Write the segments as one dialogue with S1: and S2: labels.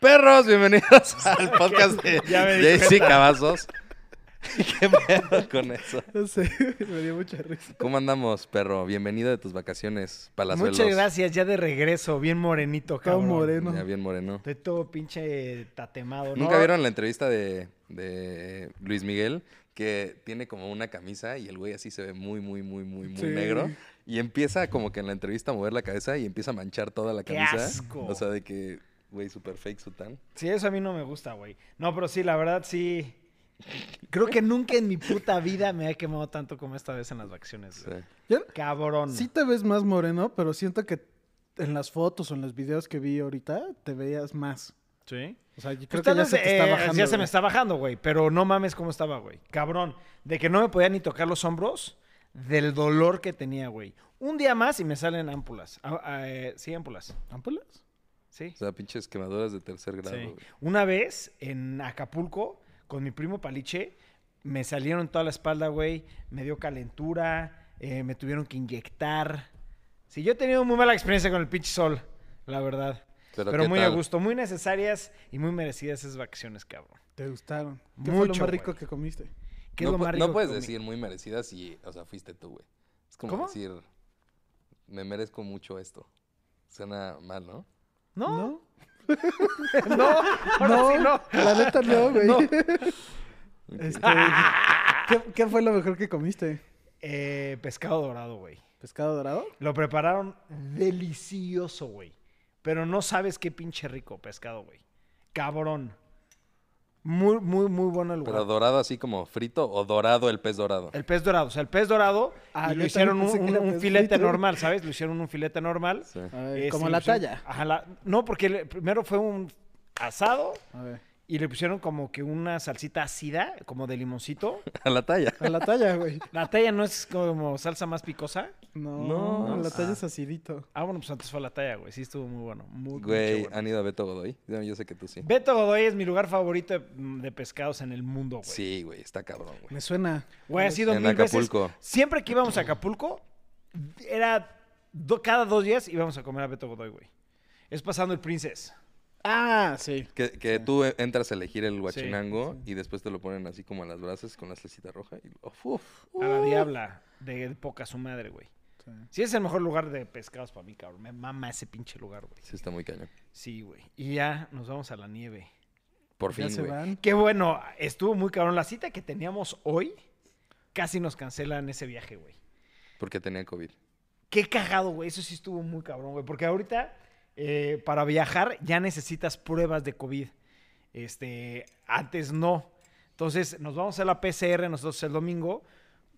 S1: perros! Bienvenidos al podcast de
S2: Ya me di
S1: JC Cavazos. ¿Qué pedo con eso?
S2: No sé, me dio mucha risa.
S1: ¿Cómo andamos, perro? Bienvenido de tus vacaciones, Palazuelos.
S3: Muchas gracias, ya de regreso, bien morenito,
S2: Todo
S3: cabrón.
S2: moreno.
S1: Ya bien moreno.
S3: Estoy todo pinche tatemado, ¿no?
S1: ¿Nunca vieron la entrevista de, de Luis Miguel? Que tiene como una camisa y el güey así se ve muy, muy, muy, muy, muy
S2: Sí.
S1: negro. Y empieza como que en la entrevista a mover la cabeza y empieza a manchar toda la
S3: ¡Qué
S1: camisa.
S3: asco!
S1: O sea, de que, güey, super fake su tan.
S3: Sí, eso a mí no me gusta, güey. No, pero sí, la verdad sí. Creo que nunca en mi puta vida me he quemado tanto como esta vez en las vacaciones. güey.
S2: Yo-
S3: Cabrón.
S2: sí te ves más moreno, pero siento que en las fotos o en los videos que vi ahorita te veías más.
S3: ¿Sí?
S2: O sea, yo
S3: Pues
S2: creo que
S3: tal
S2: ya
S3: vez,
S2: se te
S3: eh,
S2: está bajando.
S3: ya se me
S2: güey.
S3: está bajando, güey. Pero no mames cómo estaba, güey. Cabrón. De que no me podía ni tocar los hombros del dolor que tenía, güey. Un día más y me salen ámpulas. Ah, ah, eh, sí, ámpulas.
S2: ¿Ámpulas?
S3: Sí.
S1: O sea, pinches quemaduras de tercer grado.
S3: Sí.
S1: güey.
S3: Una vez en Acapulco, con mi primo Paliche, me salieron toda la espalda, güey. Me dio calentura, eh, me tuvieron que inyectar. Sí, yo he tenido muy mala experiencia con el pinche sol, la verdad.
S1: Pero
S3: Pero,
S1: ¿qué
S3: muy a
S1: tal?
S3: gusto, muy necesarias y muy merecidas esas vacaciones, cabrón.
S2: ¿Te gustaron? ¿Qué fue lo
S3: Mucho,
S2: más rico
S3: güey.
S2: que comiste?
S3: ¿Qué
S1: no,
S3: es lo
S1: pu-
S3: más
S1: no
S3: rico que
S1: puedes
S3: comí?
S1: decir muy merecida si, o sea, fuiste tú, güey. Es como
S3: ¿Cómo?
S1: decir, me merezco mucho esto. Suena mal, ¿no?
S3: No,
S2: ¿No?
S3: no, ahora sí no.
S2: la neta no, güey.
S3: No.
S2: Este, ¿qué, qué fue lo mejor que comiste?
S3: Eh, pescado dorado, güey.
S2: ¿Pescado dorado?
S3: Lo prepararon delicioso, güey. Pero no sabes qué pinche rico pescado, güey. Cabrón. Muy, muy, muy bueno el lugar.
S1: Pero dorado así como frito o dorado el pez dorado.
S3: El pez dorado, o sea, el pez dorado
S2: Ah,
S3: y
S2: yo
S3: lo hicieron
S2: también
S3: un,
S2: pensé que era
S3: un- un
S2: pez
S3: filete
S2: frito.
S3: normal, ¿sabes? Lo hicieron un filete normal.
S1: Sí.
S2: Ay,
S3: Este,
S2: como
S3: le
S2: la
S3: pusieron-
S2: talla.
S3: Ajá, la- no, porque le- primero fue un asado
S2: A ver.
S3: y le pusieron como que una salsita ácida, como de limoncito.
S1: A la talla.
S2: A la talla, güey.
S3: La talla no es como salsa más picosa.
S2: No,
S1: No,
S2: a la talla
S1: ah.
S2: es acidito.
S3: Ah, bueno, pues antes fue la talla, güey. Sí, estuvo muy bueno. Muy, pinche
S1: Güey,
S3: bueno.
S1: ¿han ido a Beto Godoy? Yo yo sé que tú sí.
S3: Beto Godoy es mi lugar favorito de, de pescados en el mundo, güey.
S1: Sí, güey, está cabrón, güey.
S2: Me suena.
S3: Güey, ha sido
S1: En
S3: mil
S1: Acapulco.
S3: veces. Siempre que íbamos a Acapulco, era do- cada dos días íbamos a comer a Beto Godoy, güey. Es pasando el Princess.
S2: Ah, sí.
S1: Que, que tú eh, entras a elegir el guachinango y después te lo ponen así como a las brasas con la salsita roja y uf, uf.
S3: A la diabla de poca su madre, güey.
S2: Sí.
S3: Sí, es el mejor lugar de pescados para mí, cabrón. Me mama ese pinche lugar, güey.
S1: Sí está muy cañón.
S3: Sí, güey. Y ya nos vamos a la nieve.
S1: Por
S2: Ya
S1: fin,
S2: se
S1: güey.
S2: van.
S3: Qué bueno, estuvo muy cabrón. La cita que teníamos hoy casi nos cancelan ese viaje, güey.
S1: Porque tenía COVID.
S3: Qué cagado, güey. Eso sí estuvo muy cabrón, güey. Porque ahorita, eh, para viajar, ya necesitas pruebas de COVID. Este, antes no. Entonces, nos vamos a la PCR nosotros el domingo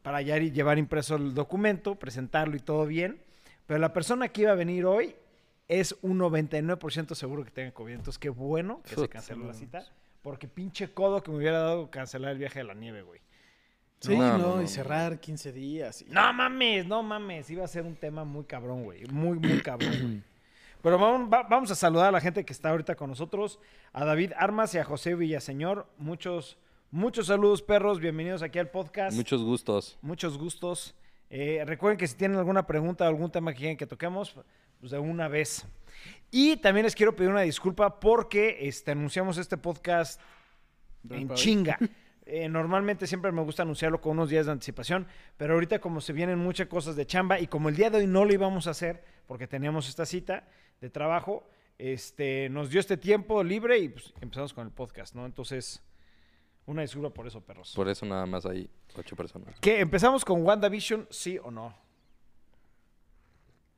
S3: para ya ir- llevar impreso el documento, presentarlo y todo bien. Pero la persona que iba a venir hoy es un 99% seguro que tenga COVID. Entonces, qué bueno que se
S1: Puta,
S3: canceló
S2: no
S3: la cita. Porque pinche codo que me hubiera dado cancelar el viaje de la nieve, güey.
S2: Sí,
S1: No,
S2: no,
S1: no, no,
S2: y
S1: no.
S2: cerrar 15 días. y-
S3: No mames, no mames. Iba a ser un tema muy cabrón, güey. Muy, muy cabrón, güey. Pero vamos, va- vamos a saludar a la gente que está ahorita con nosotros. A David Armas y a José Villaseñor. Muchos, muchos saludos, perros. Bienvenidos aquí al podcast.
S1: Muchos gustos.
S3: Muchos gustos. Eh, recuerden que si tienen alguna pregunta o algún tema que quieren que toquemos, pues de una vez. Y también les quiero pedir una disculpa porque este, anunciamos este podcast
S2: Black
S3: en
S2: Friday.
S3: chinga. Eh, normalmente siempre me gusta anunciarlo con unos días de anticipación, pero ahorita como se vienen muchas cosas de chamba y como el día de hoy no lo íbamos a hacer porque teníamos esta cita de trabajo, este, nos dio este tiempo libre y pues, empezamos con el podcast, ¿no? Entonces, una disculpa por eso, perros.
S1: Por eso nada más hay ocho personas.
S3: ¿Qué? ¿Empezamos con WandaVision, sí o no?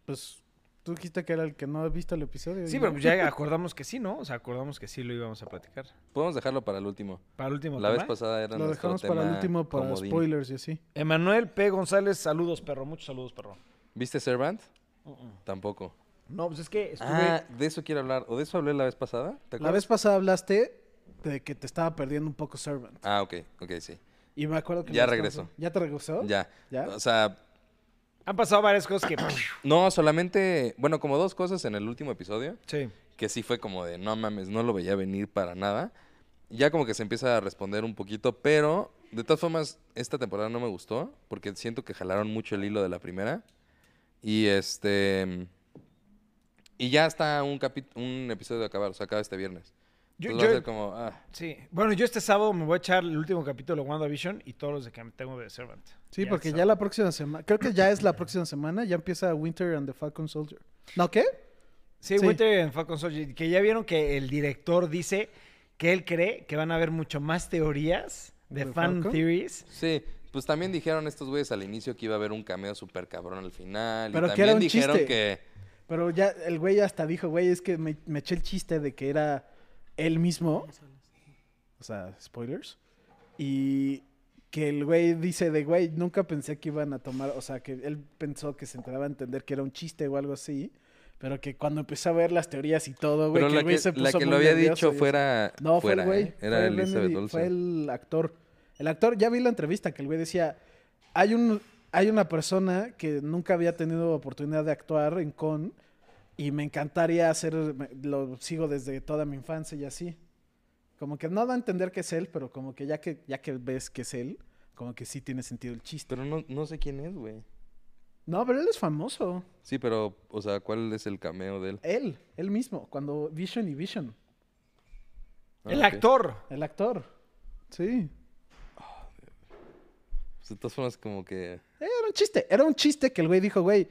S2: Pues tú dijiste que era el que no ha visto el episodio.
S3: Sí,
S2: y
S3: pero
S1: pues,
S2: yo-
S3: ya acordamos que sí, ¿no? O sea, acordamos que sí lo íbamos a platicar.
S1: Podemos dejarlo para el último.
S3: Para el último
S1: La vez
S3: tema.
S1: pasada era
S2: Lo
S1: nuestro
S2: dejamos para el
S1: este tema
S2: último para
S1: comodín.
S2: spoilers y así.
S3: Emanuel P. González, saludos, perro. Muchos saludos, perro.
S1: ¿Viste Servant?
S3: Uh-uh.
S1: Tampoco.
S3: No, pues es que estuve...
S1: Ah, de eso quiero hablar. ¿O de eso hablé la vez pasada? ¿Te
S2: La vez
S1: acuerdas?
S2: pasada hablaste de que te estaba perdiendo un poco Servant.
S1: Ah, ok, ok, sí.
S2: Y me acuerdo que...
S1: Ya
S2: me
S1: regresó.
S2: estabas- ¿Ya te regresó?
S1: Ya.
S2: ¿Ya?
S1: O sea,
S3: Han pasado varias cosas que...
S1: no, solamente, bueno, como dos cosas en el último episodio,
S3: sí.
S1: que sí fue como de, no mames, no lo veía venir para nada. Ya como que se empieza a responder un poquito, pero de todas formas, esta temporada no me gustó, porque siento que jalaron mucho el hilo de la primera. Y este... Y ya está un, capi- un episodio de acabar, o sea, acaba este viernes.
S3: Yo-
S1: Entonces va a
S3: yo-
S1: ser como, ah,
S3: Sí. Bueno, yo este sábado me voy a echar el último capítulo de WandaVision y todos los de que tengo de Servant.
S2: Sí, porque
S3: este
S2: ya la próxima semana, creo que ya es la próxima semana, ya empieza Winter and the Falcon Soldier. ¿No qué?
S3: Sí,
S2: Sí.
S3: Winter and Falcon Soldier, que ya vieron que el director dice que él cree que van a haber mucho más teorías de
S2: ¿De
S3: fan
S2: Falcon?
S3: theories.
S1: sí. Pues también dijeron estos güeyes al inicio que iba a haber un cameo súper cabrón al final.
S2: Pero
S1: y
S2: que era
S1: también
S2: un
S1: dijeron
S2: chiste.
S1: que.
S2: Pero ya el güey hasta dijo, güey, es que me, me eché el chiste de que era él mismo. O sea, spoilers. Y que el güey dice de, güey, nunca pensé que iban a tomar, o sea, que él pensó que se entraba a entender que era un chiste o algo así. Pero que cuando empezó a ver las teorías y todo, güey,
S1: Pero
S2: que
S1: la
S2: el güey
S1: que,
S2: se
S1: la
S2: puso
S1: que
S2: muy
S1: lo había
S2: nervioso y
S1: dicho
S2: así.
S1: fuera.
S2: No, fue el
S1: fuera,
S2: güey.
S1: ¿eh? Era
S2: fue
S1: Elizabeth
S2: Benedict-
S1: Olsen.
S2: Fue el actor. El actor, ya vi la entrevista que el güey decía, hay, un, hay una persona que nunca había tenido oportunidad de actuar en con y me encantaría hacer, me- lo sigo desde toda mi infancia y así. Como que no da a entender que es él, pero como que ya que, ya que ves que es él, como que sí tiene sentido el chiste.
S1: Pero no, no sé quién es, güey.
S2: No, pero él es famoso.
S1: Sí, pero, o sea, ¿cuál es el cameo de él?
S2: Él, él mismo, cuando Vision y Vision,
S1: Ah,
S3: el
S1: ok.
S3: actor.
S2: el actor. Sí.
S1: Pues de todas formas, como que.
S2: Era un chiste, era un chiste que el güey dijo, güey,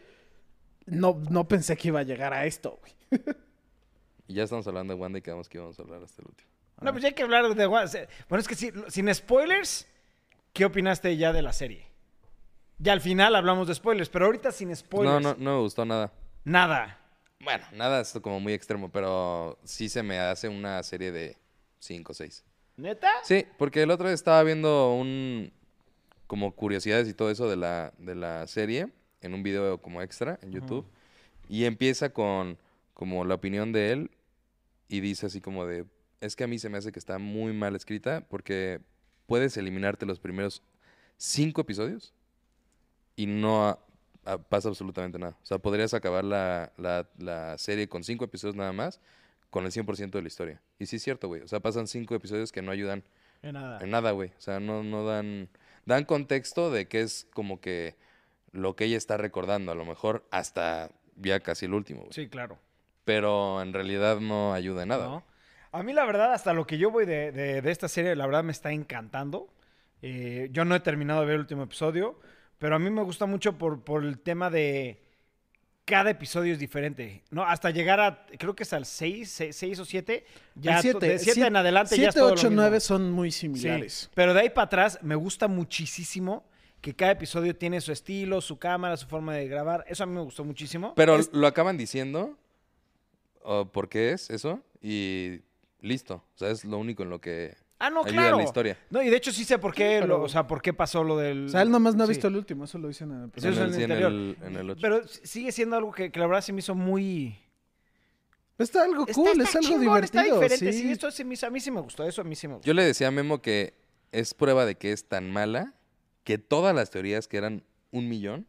S2: no, no pensé que iba a llegar a esto, güey.
S1: y Ya estamos hablando de Wanda y quedamos que íbamos a hablar hasta el último.
S3: No, pues ya hay que hablar de... Wa- se- Bueno, es que sí, lo- sin spoilers, ¿qué opinaste ya de la serie? Ya al final hablamos de spoilers, pero ahorita sin
S1: Pues
S3: spoilers.
S1: no, no, no me gustó nada.
S3: Nada.
S1: Bueno, nada es como muy extremo, pero sí se me hace una serie de 5 o 6.
S3: ¿Neta?
S1: Sí, porque el otro día estaba viendo un. como curiosidades y todo eso de la, de la serie en un video como extra en YouTube. Y empieza con como la opinión de él y dice así como de. Es que a mí se me hace que está muy mal escrita porque puedes eliminarte los primeros cinco episodios y no a- a- pasa absolutamente nada. O sea, podrías acabar la, la- la serie con cinco episodios nada más, con el 100% de la historia. Y sí es cierto, güey. O sea, pasan cinco episodios que no ayudan
S3: Nada.
S1: en nada, güey. O sea, no, no dan. Dan contexto de que es como que lo que ella está recordando, a lo mejor hasta ya casi el último, güey.
S3: Sí, claro.
S1: Pero en realidad no ayuda en nada.
S3: ¿no?
S1: güey.
S3: A mí, la verdad, hasta lo que yo voy de, de- de esta serie, la verdad me está encantando. Eh, yo no he terminado de ver el último episodio, pero a mí me gusta mucho por, por el tema de cada episodio es diferente, ¿no? Hasta llegar a, creo que es al 6, 6, o 7, ya
S2: El
S3: to-
S2: siete,
S3: de 7
S2: siete-
S3: en adelante ya es
S2: siete,
S3: todo
S2: ocho,
S3: lo mismo.
S2: nueve son muy
S3: Sí,
S2: similares.
S3: pero de ahí para atrás me gusta muchísimo que cada episodio tiene su estilo, su cámara, su forma de grabar. Eso a mí me gustó muchísimo.
S1: Pero lo acaban diciendo oh, por qué es eso y listo. O sea, es lo único en lo que
S3: ah, no,
S1: ayuda
S3: claro.
S1: en la historia.
S3: No, y de hecho sí sé por qué,
S2: Sí, pero-
S3: lo- o sea, por qué pasó lo del...
S2: O sea, él nomás no ha
S3: Sí.
S2: visto el último, eso lo dicen en el
S3: Eso
S1: en
S3: Pues
S1: el,
S3: es en el
S1: sí, en
S3: interior.
S1: el- en el ocho.
S3: Pero s- sigue siendo algo que, que la verdad se me hizo muy...
S2: Está algo
S3: Está-
S2: cool,
S3: está
S2: es algo
S3: chingón,
S2: divertido.
S3: Está diferente, sí.
S2: sí.
S3: esto se me hizo- a mí sí me gustó, eso a mí sí me gustó.
S1: Yo le decía a Memo que es prueba de que es tan mala que todas las teorías que eran un millón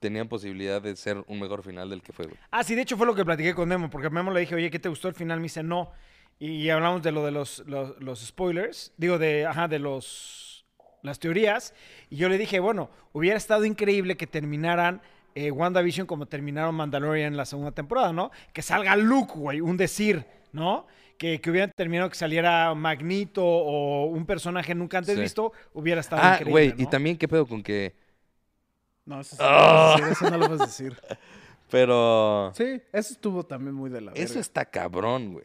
S1: tenían posibilidad de ser un mejor final del que fue, güey.
S3: Ah, sí, de hecho fue lo que platiqué con Memo, porque a Memo le dije, oye, ¿qué te gustó el final? Me dice, no. Y hablamos de lo de los, los, los spoilers, digo, de, ajá, de los, las teorías. Y yo le dije, bueno, hubiera estado increíble que terminaran eh, WandaVision como terminaron Mandalorian en la segunda temporada, ¿no? Que salga Luke, güey, un decir, ¿no? Que, que hubieran terminado que saliera Magneto o un personaje nunca antes
S1: Sí.
S3: visto, hubiera estado
S1: Ah,
S3: increíble.
S1: güey, y
S3: ¿no?
S1: también qué pedo con que...
S2: No, eso, sí
S1: Ah.
S2: no lo puedes decir, eso no lo puedes decir.
S1: Pero...
S2: Sí, eso estuvo también muy de la verga.
S1: Eso está cabrón, güey.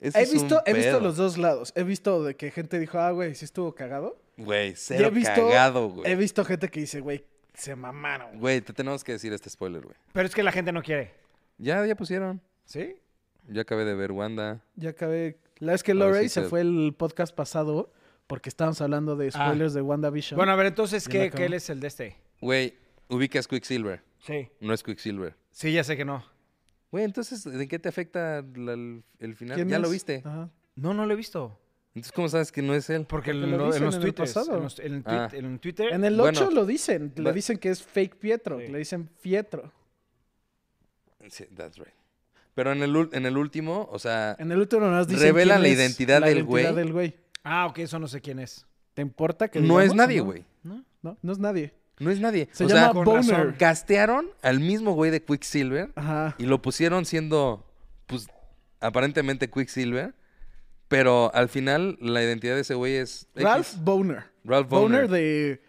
S1: Eso
S2: He
S1: es un
S2: visto, he visto
S1: pedo.
S2: los dos lados. He visto de que gente dijo, ah, güey, sí estuvo cagado.
S1: Güey,
S2: Y
S1: cero
S2: he visto,
S1: cagado, güey.
S2: He visto gente que dice, güey, se mamaron. güey".
S1: Güey, te tenemos que decir este spoiler, güey.
S3: Pero es que la gente no quiere,
S1: Ya, ya pusieron.
S3: ¿sí?
S1: Yo acabé de ver Wanda.
S2: Ya acabé. La vez que
S1: Ahora
S2: Lorey
S1: sí
S2: se
S1: se-
S2: fue el podcast pasado porque estábamos hablando de
S3: Ah.
S2: spoilers de WandaVision.
S3: Bueno, a ver, entonces,
S2: Ya
S3: ¿qué,
S2: la acabó.
S3: ¿qué él es el de este?
S1: Güey, ubicas Quicksilver.
S3: Sí.
S1: No es Quicksilver.
S3: Sí, ya sé que no.
S1: Güey, entonces, ¿de qué te afecta la- el, el final?
S2: ¿Quién
S1: Ya lo
S2: es?
S1: viste.
S2: Ajá.
S3: No, no lo he visto.
S1: Entonces, ¿cómo sabes que no es él?
S3: Porque,
S2: Porque
S3: en,
S2: Ah, lo
S3: lo- en
S2: dicen
S3: los
S2: en el
S3: tweets,
S2: pasado.
S3: en, los- en el
S1: Ah.
S3: tuit- en Twitter,
S2: En el 8
S1: Bueno,
S2: lo dicen. Le
S1: va-
S2: dicen que es fake Pietro.
S3: Sí.
S2: Le dicen Pietro.
S1: Sí, that's right. Pero en el, ul- en el último, o sea,
S2: En el último nos dicen
S1: Revelan
S2: quién
S1: la
S2: es
S1: identidad del güey.
S2: identidad del güey.
S3: ah, ok, eso no sé quién es.
S2: ¿Te importa que
S1: no es
S2: digamos,
S1: nadie,
S2: o no?
S1: güey.
S2: No, no es nadie.
S1: No es nadie.
S2: Se
S1: o
S2: llama
S1: sea,
S3: con
S2: Boner.
S3: razón.
S1: castearon al mismo güey de Quicksilver
S2: Ajá.
S1: y lo pusieron siendo, pues, aparentemente Quicksilver. Pero al final, la identidad de ese güey es. X.
S2: Ralph Boner.
S1: Ralph Boner.
S2: Boner de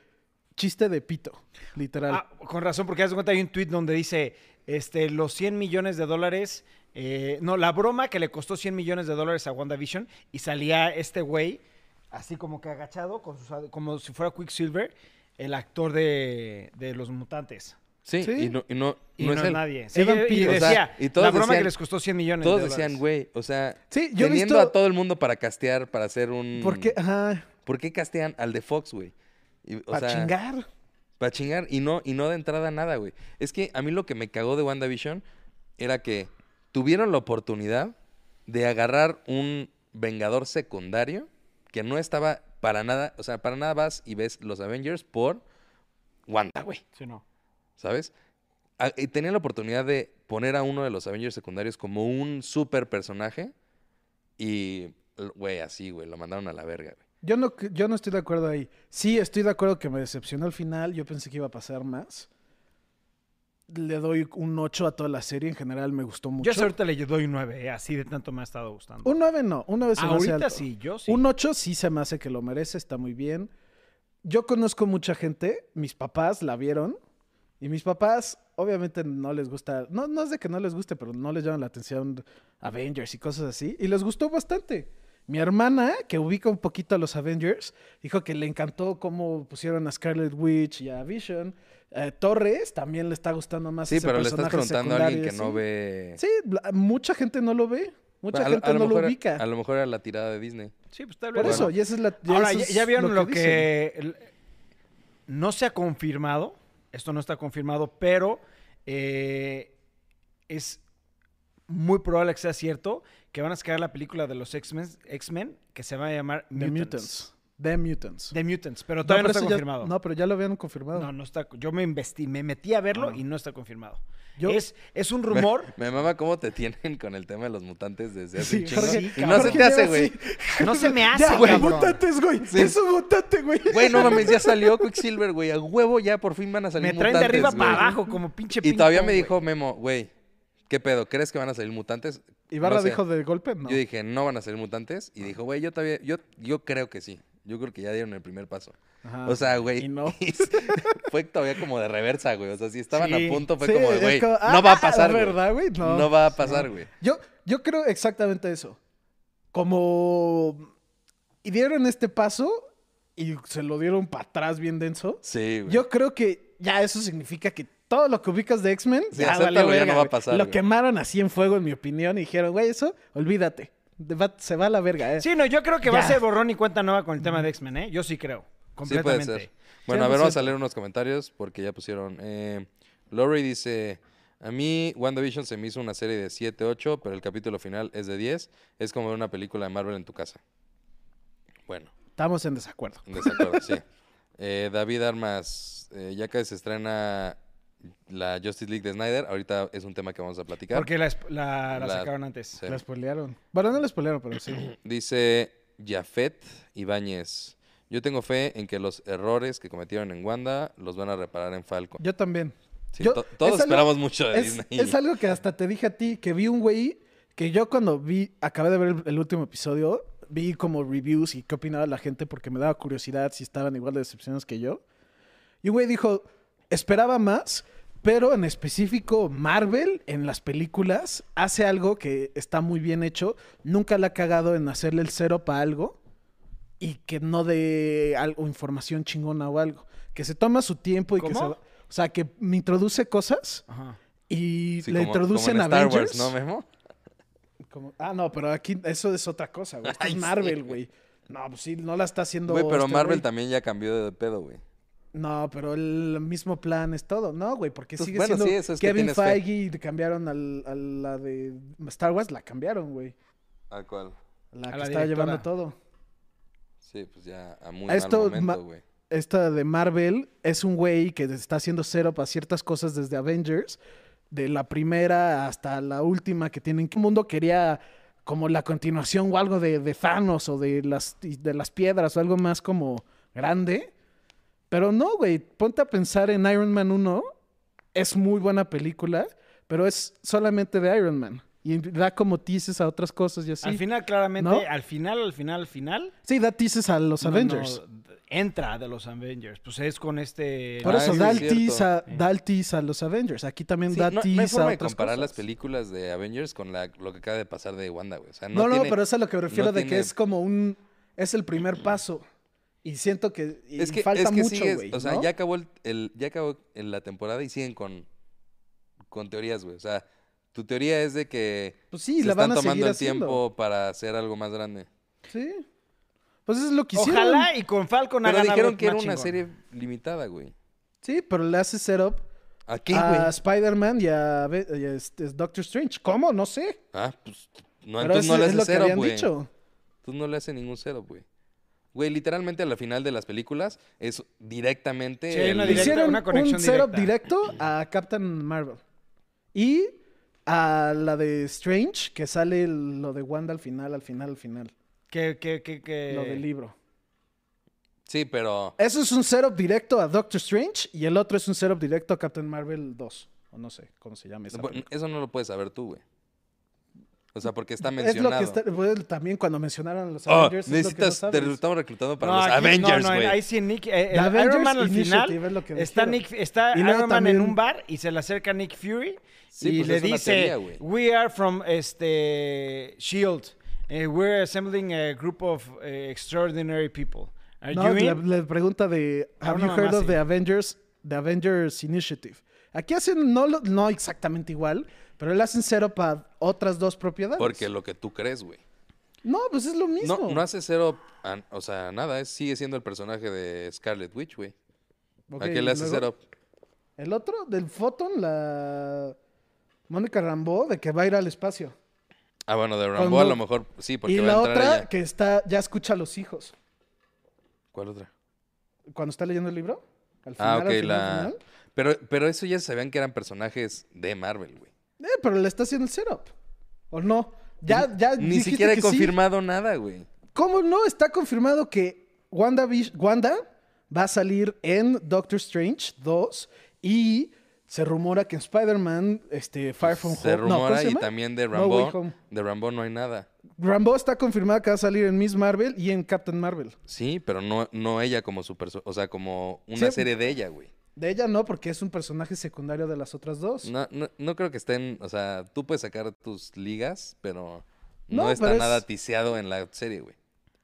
S2: chiste de pito, literal.
S3: Ah, con razón, porque haz de cuenta hay un tweet donde dice este, los 100 millones de dólares. eh, no, la broma que le costó 100 millones de dólares a WandaVision y salía este güey así como que agachado, con sus- como si fuera Quicksilver, el actor de, de Los Mutantes.
S1: Sí,
S2: Sí.
S1: y no, y no,
S3: Y
S1: no
S3: no,
S1: es él.
S3: nadie.
S2: Evan
S3: y- y
S2: Peters.
S1: O sea,
S3: decía,
S1: y todos
S3: la broma
S1: decían-
S3: que les costó 100 millones
S1: Todos
S3: de
S1: decían,
S3: dólares".
S1: güey, o sea,
S2: Sí, yo he
S1: teniendo
S2: visto-
S1: a todo el mundo para castear, para hacer un...
S2: ¿Por qué? Ajá.
S1: ¿Por qué castean al de Fox, güey? Y, Mm. o
S2: Para
S1: sea,
S2: chingar.
S1: Para chingar y no, y no de entrada nada, güey. Es que a mí lo que me cagó de WandaVision era que tuvieron la oportunidad de agarrar un Vengador secundario que no estaba para nada, o sea, para nada vas y ves los Avengers por Wanda, güey.
S3: Sí, no.
S1: ¿sabes? A- y tenían la oportunidad de poner a uno de los Avengers secundarios como un super personaje y, l- güey, así, güey, lo mandaron a la verga, güey.
S2: Yo no, yo no estoy de acuerdo ahí. Sí, estoy de acuerdo que me decepcionó al final. Yo pensé que iba a pasar más. Le doy un 8 a toda la serie. En general me gustó mucho.
S3: Yo hasta ahorita le doy 9, eh, así de tanto me ha estado gustando.
S2: Un 9 no. Un 9 se me hace
S3: ahorita
S2: alto.
S3: sí, yo sí.
S2: Un 8 sí se me hace que lo merece. Está muy bien. Yo conozco mucha gente. Mis papás la vieron. Y mis papás obviamente no les gusta. No, no es de que no les guste, pero no les llaman la atención Avengers y cosas así. Y les gustó bastante. Mi hermana, que ubica un poquito a los Avengers, dijo que le encantó cómo pusieron a Scarlet Witch y a Vision. Eh, Torres también le está gustando más.
S1: Sí,
S2: ese
S1: pero le estás
S2: personaje
S1: preguntando a alguien que
S2: secundario,
S1: no ve...
S2: Sí, Sí, la- mucha gente no lo ve. Mucha
S1: A lo-
S2: gente
S1: a lo
S2: no
S1: mejor-
S2: lo ubica.
S1: A lo mejor era la tirada de Disney.
S3: Sí, pues tal vez.
S2: Por
S1: Bueno.
S2: eso, y esa es la. y
S3: Ahora,
S2: eso
S3: ya,
S2: es
S3: ya vieron lo,
S2: dicen.
S3: que, el- no se ha confirmado, esto no está confirmado, pero eh, es muy probable que sea cierto que van a sacar la película de los X-Men X-Men, que se va a llamar
S2: The
S3: Mutants.
S2: Mutants. The Mutants.
S3: The Mutants, pero todavía no,
S2: pero
S3: está
S2: eso ya-
S3: confirmado.
S2: no, pero ya lo habían confirmado.
S3: no, no está. Yo me investí, me metí a verlo
S2: Ah.
S3: y no está confirmado.
S2: Yo-
S3: es, es un rumor.
S1: Me mama cómo te tienen con el tema de los mutantes desde hace
S2: Sí,
S1: un chingo.
S2: Jorge-
S1: y no se
S2: Jorge
S1: te hace,
S2: lleva
S1: güey.
S2: así.
S3: No se me hace,
S2: Ya, güey,
S3: cabrón.
S2: mutantes, güey.
S1: Sí.
S2: Es un mutante, güey.
S1: Güey, no mames, ya salió Quicksilver, güey. A huevo ya por fin van a salir
S3: Me traen de
S1: mutantes,
S3: arriba
S1: güey.
S3: para abajo, como pinche
S1: Y todavía
S3: ping-pong,
S1: me
S3: güey.
S1: dijo Memo, güey, ¿qué pedo? ¿Crees que van a salir mutantes?
S2: Ibarra
S1: No sé.
S2: dijo de golpe, no.
S1: Yo dije, no van a salir mutantes. Y dijo, güey, yo todavía, yo, yo creo que sí. Yo creo que ya dieron el primer paso.
S2: Ajá.
S1: o sea, güey.
S2: Ah, Y no.
S1: fue todavía como de reversa, güey. O sea, si estaban
S3: Sí.
S1: a punto, fue
S2: Sí,
S1: como de,
S2: es
S1: güey,
S2: como,
S1: no va
S2: ah,
S1: a pasar, güey.
S2: ¿Verdad, güey? No.
S1: No. va a pasar, güey.
S2: Yo, yo creo exactamente eso. Como. Y dieron este paso y se lo dieron para atrás bien denso.
S1: Sí, güey.
S2: Yo creo que ya eso significa que todo lo que ubicas de X-Men
S1: Sí, acéptalo, ya no va a
S2: güey.
S1: pasar,
S2: Lo
S1: güey.
S2: quemaron así en fuego, en mi opinión, y dijeron, güey, eso, olvídate. De- va- se va a la verga, eh.
S3: Sí, no, yo creo que va a
S2: Ya.
S3: ser borrón y cuenta nueva con el tema de X-Men, ¿eh? Yo sí creo.
S1: Sí puede
S3: Completamente.
S1: ser. Bueno,
S2: Sí,
S1: a ver,
S2: no
S1: vamos
S2: sé.
S1: a leer unos comentarios porque ya pusieron. Eh, Lori dice, a mí WandaVision se me hizo una serie de 7, 8, pero el capítulo final es de 10. Es como ver una película de Marvel en tu casa. Bueno.
S2: Estamos en desacuerdo.
S1: En desacuerdo, sí. Eh, David Armas, eh, ya que se estrena la Justice League de Snyder, ahorita es un tema que vamos a platicar.
S3: Porque la, esp- la- la
S1: La-
S3: sacaron antes.
S1: Sí.
S2: La spoilearon. Bueno, no la spoilearon, pero sí.
S1: Dice Jafet Ibáñez, yo tengo fe en que los errores que cometieron en Wanda los van a reparar en Falcon.
S2: Yo también.
S1: Sí,
S2: yo-
S1: to-
S2: es
S1: todos
S2: algo-
S1: esperamos mucho de
S2: Es,
S1: Disney.
S2: es algo que hasta te dije a ti, que vi un güey que yo cuando vi, acabé de ver el, el último episodio, vi como reviews y qué opinaba la gente porque me daba curiosidad si estaban igual de decepcionados que yo. Y un güey dijo, esperaba más, pero en específico Marvel en las películas hace algo que está muy bien hecho, nunca la ha cagado en hacerle el cero para algo y que no dé algo, información chingona o algo, que se toma su tiempo y que
S3: ¿Cómo?
S2: se... va- O sea, que me introduce cosas
S3: Ajá.
S2: y
S1: Sí,
S2: le
S1: como- como
S2: introducen
S1: en Star Wars,
S2: Avengers.
S1: ¿no, Memo?
S2: Como- ah, no, pero aquí eso es otra cosa, güey. Esto
S1: Ay,
S2: es
S1: sí.
S2: Marvel, güey. No, pues sí, no la está haciendo.
S1: Güey, pero
S2: este
S1: Marvel
S2: güey.
S1: también ya cambió de pedo, güey.
S2: No, pero el mismo plan es todo. No, güey, porque
S1: Pues,
S2: sigue
S1: bueno,
S2: siendo
S1: sí, eso es que
S2: Kevin
S1: tienes fe.
S2: Feige y le cambiaron al- a la de Star Wars, la cambiaron, güey.
S1: ¿A cuál?
S2: a La
S3: A
S2: que
S3: la
S2: estaba llevando
S3: directora.
S2: todo.
S1: Sí, pues ya a muy
S2: A
S1: mal
S2: esto ma-
S1: momento, güey.
S2: Esta de Marvel es un güey que está haciendo cero para ciertas cosas desde Avengers, de la primera hasta la última que tienen. El mundo quería como la continuación o algo de, de Thanos o de las, y de las piedras o algo más como grande. Pero no, güey, ponte a pensar en Iron Man 1. Es muy buena película, pero es solamente de Iron Man. Y y da como teases a otras cosas y así.
S3: Al final, claramente,
S2: ¿No?
S3: al final, al final, al final.
S2: sí, da teases a los
S3: no,
S2: Avengers.
S3: no, entra de los Avengers. Pues es con este.
S2: Por
S1: Ah,
S2: eso,
S1: sí,
S2: da,
S1: es
S2: el tease
S1: cierto.
S2: a, da el tease a los Avengers. Aquí también
S1: Sí,
S2: da
S1: no,
S2: tease
S1: no hay forma
S2: a
S1: de
S2: otras
S1: comparar las
S2: cosas.
S1: películas de Avengers con la, lo que acaba de pasar de Wanda, güey. O sea,
S2: No,
S1: no,
S2: no,
S1: tiene-
S2: pero es a lo que me refiero
S1: no
S2: de que
S1: tiene-
S2: es como un... Es el primer paso. Y siento que, y
S1: es que,
S2: falta
S1: es que
S2: mucho,
S1: sigues-
S2: güey.
S1: O sea,
S2: ¿no?
S1: ya acabó, el, el- ya acabó el- la temporada y siguen con, con teorías, güey. O sea, tu teoría es de que
S2: Pues sí,
S1: se
S2: la
S1: están
S2: van a seguir
S1: tomando el
S2: haciendo.
S1: tiempo para hacer algo más grande.
S2: Sí. Pues eso es lo que hicieron.
S3: Ojalá y con Falcon
S1: Pero
S3: hagan
S1: dijeron
S3: algo
S1: que era
S3: más
S1: una
S3: chingón.
S1: serie limitada, güey.
S2: Sí, pero le hace setup
S1: ¿A qué, güey?
S2: a Spider-Man y a, Ve- y a este- Doctor Strange. ¿Cómo? No sé.
S1: Ah, pues no,
S2: Pero
S1: entonces
S2: es,
S1: no le
S2: es
S1: hace
S2: lo que
S1: cero,
S2: habían
S1: güey.
S2: dicho.
S1: Tú no le haces ningún cero, güey. Güey, literalmente a la final de las películas es directamente.
S3: Sí, hay una
S1: el-
S3: directa,
S2: Hicieron
S3: una conexión
S2: un setup
S3: directa.
S2: directo a Captain Marvel. Y a la de Strange, que sale el- lo de Wanda al final, al final, al final.
S3: Que, que, que, que-
S2: Lo del libro.
S1: Sí, pero.
S2: Eso es un setup directo a Doctor Strange y el otro es un setup directo a Captain Marvel 2. O no sé cómo se llama esa
S1: bu-
S2: película.
S1: Eso no lo puedes saber tú, güey. O sea, porque está
S2: Es lo
S1: mencionado.
S2: que está, pues, también cuando mencionaron a los
S1: Oh,
S2: Avengers. es lo que no
S1: necesitas. te
S2: sabes.
S1: estamos reclutando para
S3: No,
S1: los
S3: aquí-
S1: Avengers,
S3: no, no,
S1: güey.
S3: ahí sí Nick. eh,
S2: The
S3: el Iron
S2: Avengers
S3: Man al
S2: Initiative es
S3: final.
S2: lo que
S3: Está,
S2: dijeron.
S3: Nick, está
S2: Y
S3: Iron
S2: luego
S3: Man en
S2: también-
S3: un bar y se le acerca Nick Fury
S1: Sí,
S3: y
S1: pues
S3: le
S1: es una
S3: dice,
S1: teoría, güey.
S3: we are from este, S.H.I.E.L.D. Eh, we're assembling a group of eh, extraordinary people. Are
S2: No,
S3: you
S2: la,
S3: in?"
S2: la pregunta de
S3: Ah,
S2: Have
S3: una
S2: you heard
S3: mamá
S2: of
S3: así.
S2: the Avengers, the Avengers Initiative? Aquí hacen no, lo- no exactamente igual, pero le hacen cero para otras dos propiedades.
S1: Porque lo que tú crees, güey.
S2: No, pues es lo mismo.
S1: No, no hace cero. a- o sea, nada. es- Sigue siendo el personaje de Scarlet Witch, güey.
S2: Ok,
S1: ¿A qué le hace
S2: luego,
S1: cero?
S2: El otro, del Photon, la Mónica Rambeau, de que va a ir al espacio.
S1: Ah, bueno, de Rambo a
S2: Mo-
S1: lo mejor sí, porque
S2: y
S1: va a
S2: la
S1: entrar
S2: otra
S1: ella.
S2: que está, ya escucha a los hijos.
S1: ¿Cuál otra?
S2: Cuando está leyendo el libro. Al final,
S1: Ah,
S2: al
S1: ok,
S2: final,
S1: la.
S2: al final.
S1: Pero, pero eso ya sabían que eran personajes de Marvel, güey.
S2: Eh, pero le está haciendo el setup. ¿O no? Ya, ya
S1: Ni
S2: Ah, dijiste
S1: siquiera he
S2: que sí.
S1: confirmado nada, güey.
S2: ¿Cómo no? Está confirmado que Wanda, Vish- Wanda va a salir en Doctor Strange 2 y se rumora que en Spider-Man, este, Far From
S1: Se
S2: Home. no, ¿cómo
S1: rumora
S2: se
S1: y
S2: llama?
S1: también de
S2: No Way
S1: Rambo.
S2: Home.
S1: de Rambo no hay nada.
S2: Rambo está confirmada que va a salir en Miss Marvel y en Captain Marvel.
S1: Sí, pero no, no ella como su perso- o sea, como una
S2: Sí.
S1: serie de ella, güey.
S2: De ella no, porque es un personaje secundario de las otras dos.
S1: No, no, no creo que estén, o sea, tú puedes sacar tus ligas, pero no,
S2: No,
S1: está
S2: pero
S1: nada
S2: es-
S1: tiseado en la serie, güey.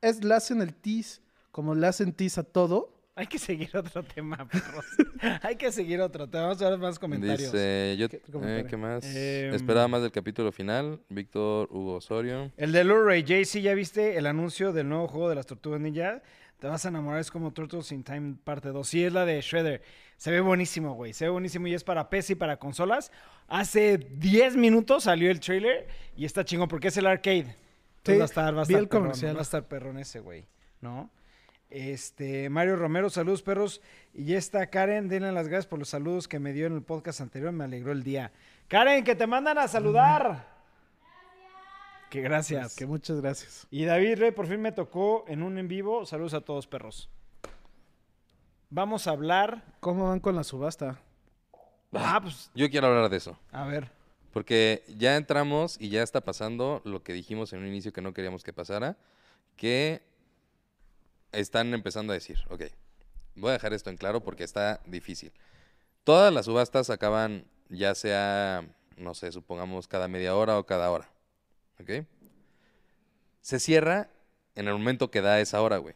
S2: Es, le hacen el tease, como le hacen tease a todo.
S3: Hay que seguir otro tema, perros. Hay que seguir otro tema. Vamos a ver más comentarios.
S1: Dice, yo,
S2: ¿Qué-
S1: ¿qué,
S2: comentario?
S1: ¿qué más?
S3: Em,
S1: Esperaba más del capítulo final. Víctor Hugo Osorio.
S3: El de Luray, Jay-Z, ¿ya viste el anuncio del nuevo juego de las Tortugas Ninja? Te vas a enamorar, es como Turtles in Time parte 2. Sí, es la de Shredder. Se ve buenísimo, güey. Se ve buenísimo y es para PC y para consolas. Hace 10 minutos salió el trailer y está chingón porque es el arcade. Entonces
S2: Sí,
S3: va a estar, va a
S2: vi
S3: estar
S2: el
S3: perrón,
S2: comercial.
S3: Va a estar perrón ese, güey. ¿No? Este, Mario Romero, saludos perros. Y ya está Karen, denle las gracias por los saludos que me dio en el podcast anterior, me alegró el día. Karen, que te mandan a saludar. Que gracias.
S2: Que muchas gracias.
S3: Y David Rey por fin me tocó en un en vivo. Saludos a todos, perros. Vamos a hablar.
S2: ¿Cómo van con la subasta?
S3: Ah, pues,
S1: Yo quiero hablar de eso.
S3: a ver.
S1: Porque ya entramos y ya está pasando lo que dijimos en un inicio que no queríamos que pasara, que están empezando a decir, ok, voy a dejar esto en claro porque está difícil. Todas las subastas acaban ya sea, no sé, supongamos cada media hora o cada hora, ¿ok? Se cierra en el momento que da esa hora, güey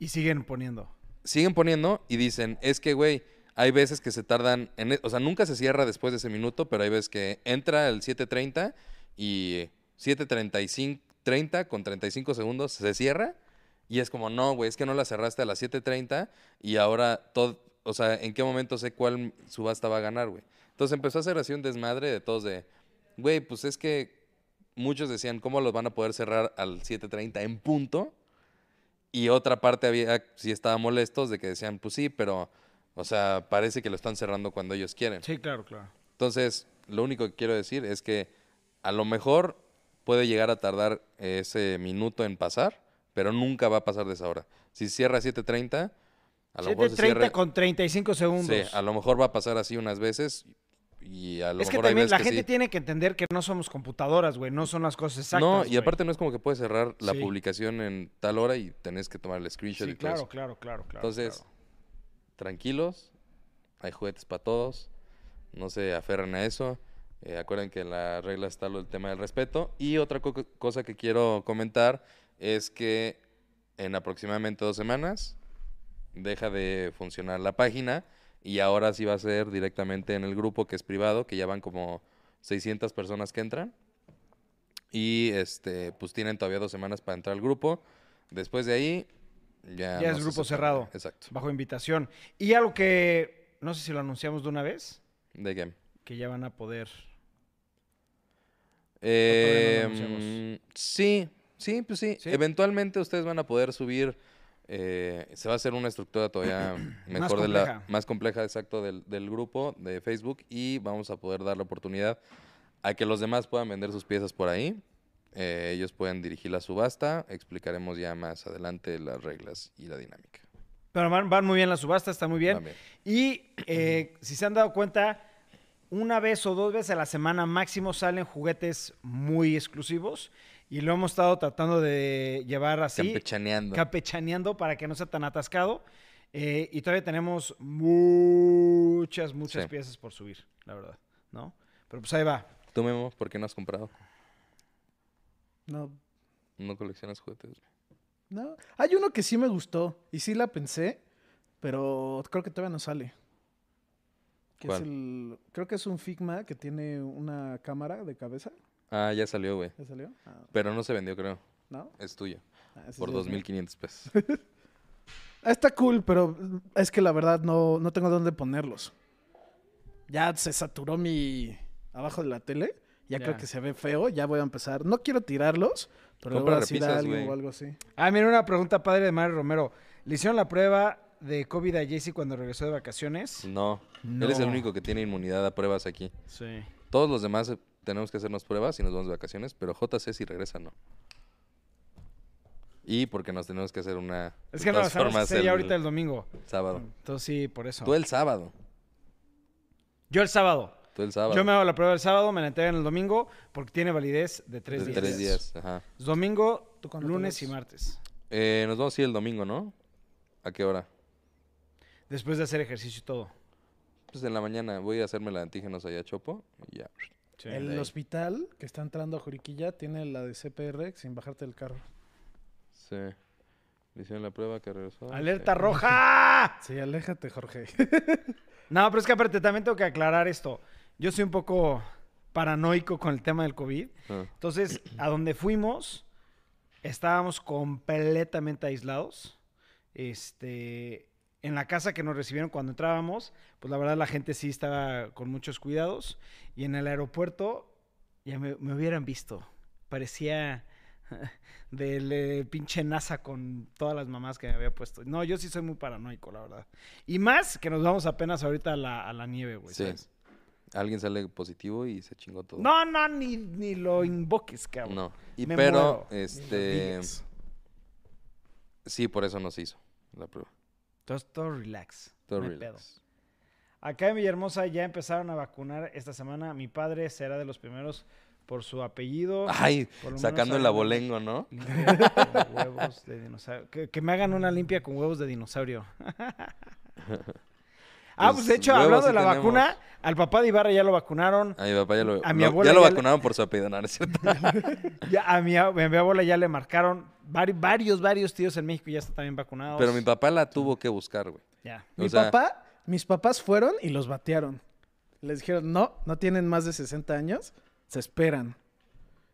S3: Y siguen poniendo.
S1: siguen poniendo y dicen, es que, güey, hay veces que se tardan, en, e- o sea, nunca se cierra después de ese minuto, pero hay veces que entra el 7.30 y 7.35, 30 con 35 segundos se cierra y es como, no, güey, es que no la cerraste a las 7.30 y ahora todo, o sea, ¿en qué momento sé cuál subasta va a ganar, güey? Entonces empezó a hacer así un desmadre de todos de, güey, pues es que muchos decían, ¿cómo los van a poder cerrar al 7.30 en punto? Y otra parte había, sí estaba molestos de que decían, pues sí, pero, o sea, parece que lo están cerrando cuando ellos quieren.
S3: Sí, claro, claro.
S1: Entonces, lo único que quiero decir es que a lo mejor puede llegar a tardar ese minuto en pasar, pero nunca va a pasar de esa hora. Si cierra a 7.30, a lo mejor se
S3: 7.30
S1: cierra...
S3: con 35 segundos.
S1: Sí, a lo mejor va a pasar así unas veces Y a lo
S3: Es que
S1: mejor hay
S3: también
S1: veces
S3: la
S1: que
S3: gente
S1: sí.
S3: tiene que entender que no somos computadoras, güey. No son las cosas exactas.
S1: No, y
S3: güey.
S1: aparte no es como que puedes cerrar la
S3: Sí.
S1: publicación en tal hora y tenés que tomar el screenshot
S3: Sí,
S1: y todo eso.
S3: claro, claro, claro, claro.
S1: Entonces,
S3: claro.
S1: tranquilos, hay juguetes para todos, no se aferren a eso. eh, acuerden que en la regla está lo- el tema del respeto. Y otra co- cosa que quiero comentar es que en aproximadamente dos semanas deja de funcionar la página y ahora sí va a ser directamente en el grupo que es privado, que ya van como 600 personas que entran. Y este, pues tienen todavía dos semanas para entrar al grupo. Después de ahí, ya.
S3: Ya
S1: no
S3: es
S1: se
S3: grupo
S1: separa.
S3: cerrado.
S1: Exacto.
S3: Bajo invitación. Y algo que no sé si lo anunciamos de una vez,
S1: ¿De qué?
S3: que ya van a poder.
S1: Eh,
S3: todavía no lo anunciamos?
S1: mm, sí, sí, pues sí.
S3: ¿Sí?
S1: Eventualmente ustedes van a poder subir. eh, se va a hacer una estructura todavía mejor de la
S3: compleja.
S1: más compleja, exacto, del, del grupo de Facebook y vamos a poder dar la oportunidad a que los demás puedan vender sus piezas por ahí. Eh, ellos pueden dirigir la subasta. Explicaremos ya más adelante las reglas y la dinámica.
S3: Pero van, van muy bien las subastas, está muy bien.
S1: También.
S3: Y eh, si se han dado cuenta, una vez o dos veces a la semana máximo salen juguetes muy exclusivos. Y lo hemos estado tratando de llevar así.
S1: Campechaneando.
S3: Capechaneando para que no sea tan atascado. Eh, y todavía tenemos muchas, muchas
S1: Sí.
S3: piezas por subir, la verdad, ¿no? Pero pues ahí va.
S1: Tú, Memo, ¿por qué no has comprado?
S2: No,
S1: ¿No coleccionas juguetes?
S2: no. Hay uno que sí me gustó y sí la pensé, pero creo que todavía no sale. Que es
S1: ¿Cuál?
S2: el- creo que es un Figma que tiene una cámara de cabeza.
S1: Ah, ya salió, güey.
S2: ¿Ya salió? Ah,
S1: Pero no se vendió, creo.
S2: ¿No?
S1: Es tuyo.
S2: Ah, ese
S1: Por
S2: sí es mío.
S1: 2.500 pesos.
S2: Ah, Está cool, pero es que la verdad no, no tengo dónde ponerlos. Ya se saturó mi abajo de la tele. Ya,
S3: Ya.
S2: creo que se ve feo. Ya voy a empezar. No quiero tirarlos, pero
S1: Compra
S2: luego así da
S1: repisas,
S2: algo
S1: güey.
S2: o algo así.
S3: Ah, mira, una pregunta padre de Mario Romero. ¿Le hicieron la prueba de COVID a Jesse cuando regresó de vacaciones?
S1: No, él es el
S3: No.
S1: único que tiene inmunidad a pruebas aquí.
S3: Sí.
S1: Todos los demás eh, tenemos que hacernos pruebas y nos vamos de vacaciones, pero JC si regresa no. Y porque nos tenemos que hacer una...
S3: Es
S1: de
S3: que no,
S1: todas
S3: estamos
S1: formas, Pues-
S3: hacer ya ahorita Mm. el domingo.
S1: sábado.
S3: Entonces sí, por eso.
S1: Tú el sábado.
S3: Yo el sábado.
S1: Tú el sábado.
S3: Yo me hago la prueba el sábado, me la entregan el domingo porque tiene validez de tres
S1: De
S3: días.
S1: Tres días. Ajá.
S3: Domingo,
S2: ¿Tú cuándo te
S3: lunes y
S2: vas?
S3: martes.
S1: Eh, nos vamos a ir el domingo, ¿no? ¿A qué hora?
S3: Después de hacer ejercicio y todo.
S1: Pues en la mañana voy a hacerme la de antígenos allá a Chopo y ya.
S2: El
S1: de ahí.
S2: hospital que está entrando a Juriquilla tiene la de CPR sin bajarte del carro.
S1: Sí. Le hicieron la prueba que regresó.
S3: ¡Alerta
S1: Sí.
S3: roja!
S2: Sí, aléjate, Jorge.
S3: No, pero es que aparte también tengo que aclarar esto. Yo soy un poco paranoico con el tema del COVID.
S1: Ah,
S3: Entonces, a donde fuimos, estábamos completamente aislados. Este, en la casa que nos recibieron cuando entrábamos, pues la verdad la gente sí estaba con muchos cuidados. Y en el aeropuerto ya me, me hubieran visto. Parecía del eh, pinche NASA con todas las mamás que me había puesto. No, yo sí soy muy paranoico, la verdad. Y más que nos vamos apenas ahorita a la, a la nieve, güey.
S1: Sí.
S3: pues, ¿sabes?
S1: Alguien sale positivo y se chingó todo.
S3: No, no, ni, ni lo invoques, cabrón.
S1: No. Y
S3: Me
S1: pero,
S3: muero.
S1: este. Sí, por eso no se hizo la prueba.
S3: Entonces, todo relax.
S1: Todo
S3: no hay
S1: relax.
S3: pedo. Acá en Villahermosa ya empezaron a vacunar esta semana. Mi padre será de los primeros por su apellido.
S1: Ay,
S3: Por lo
S1: sacando
S3: menos
S1: el
S3: algo.
S1: abolengo, ¿no?
S3: Limpia con huevos de dinosaurio. Que, que me hagan una limpia con huevos de dinosaurio. ah, pues de
S1: Pues,
S3: hecho,
S1: huevos
S3: hablando
S1: sí
S3: de la
S1: tenemos.
S3: vacuna, al papá de Ibarra ya lo vacunaron.
S1: A mi papá ya lo,
S3: A mi
S1: lo-
S3: abuela
S1: ya lo
S3: ya le-
S1: vacunaron por su apellido, ¿no? ¿No es cierto?
S3: Ya a, mi, a mi abuela ya le marcaron. Vari- varios, varios tíos en México ya están también vacunados.
S1: Pero mi papá la tuvo que buscar, güey.
S3: Ya.
S1: O
S2: Mi
S1: sea,
S2: papá, mis papás fueron y los batearon. Les dijeron, no, no tienen más de 60 años, se esperan.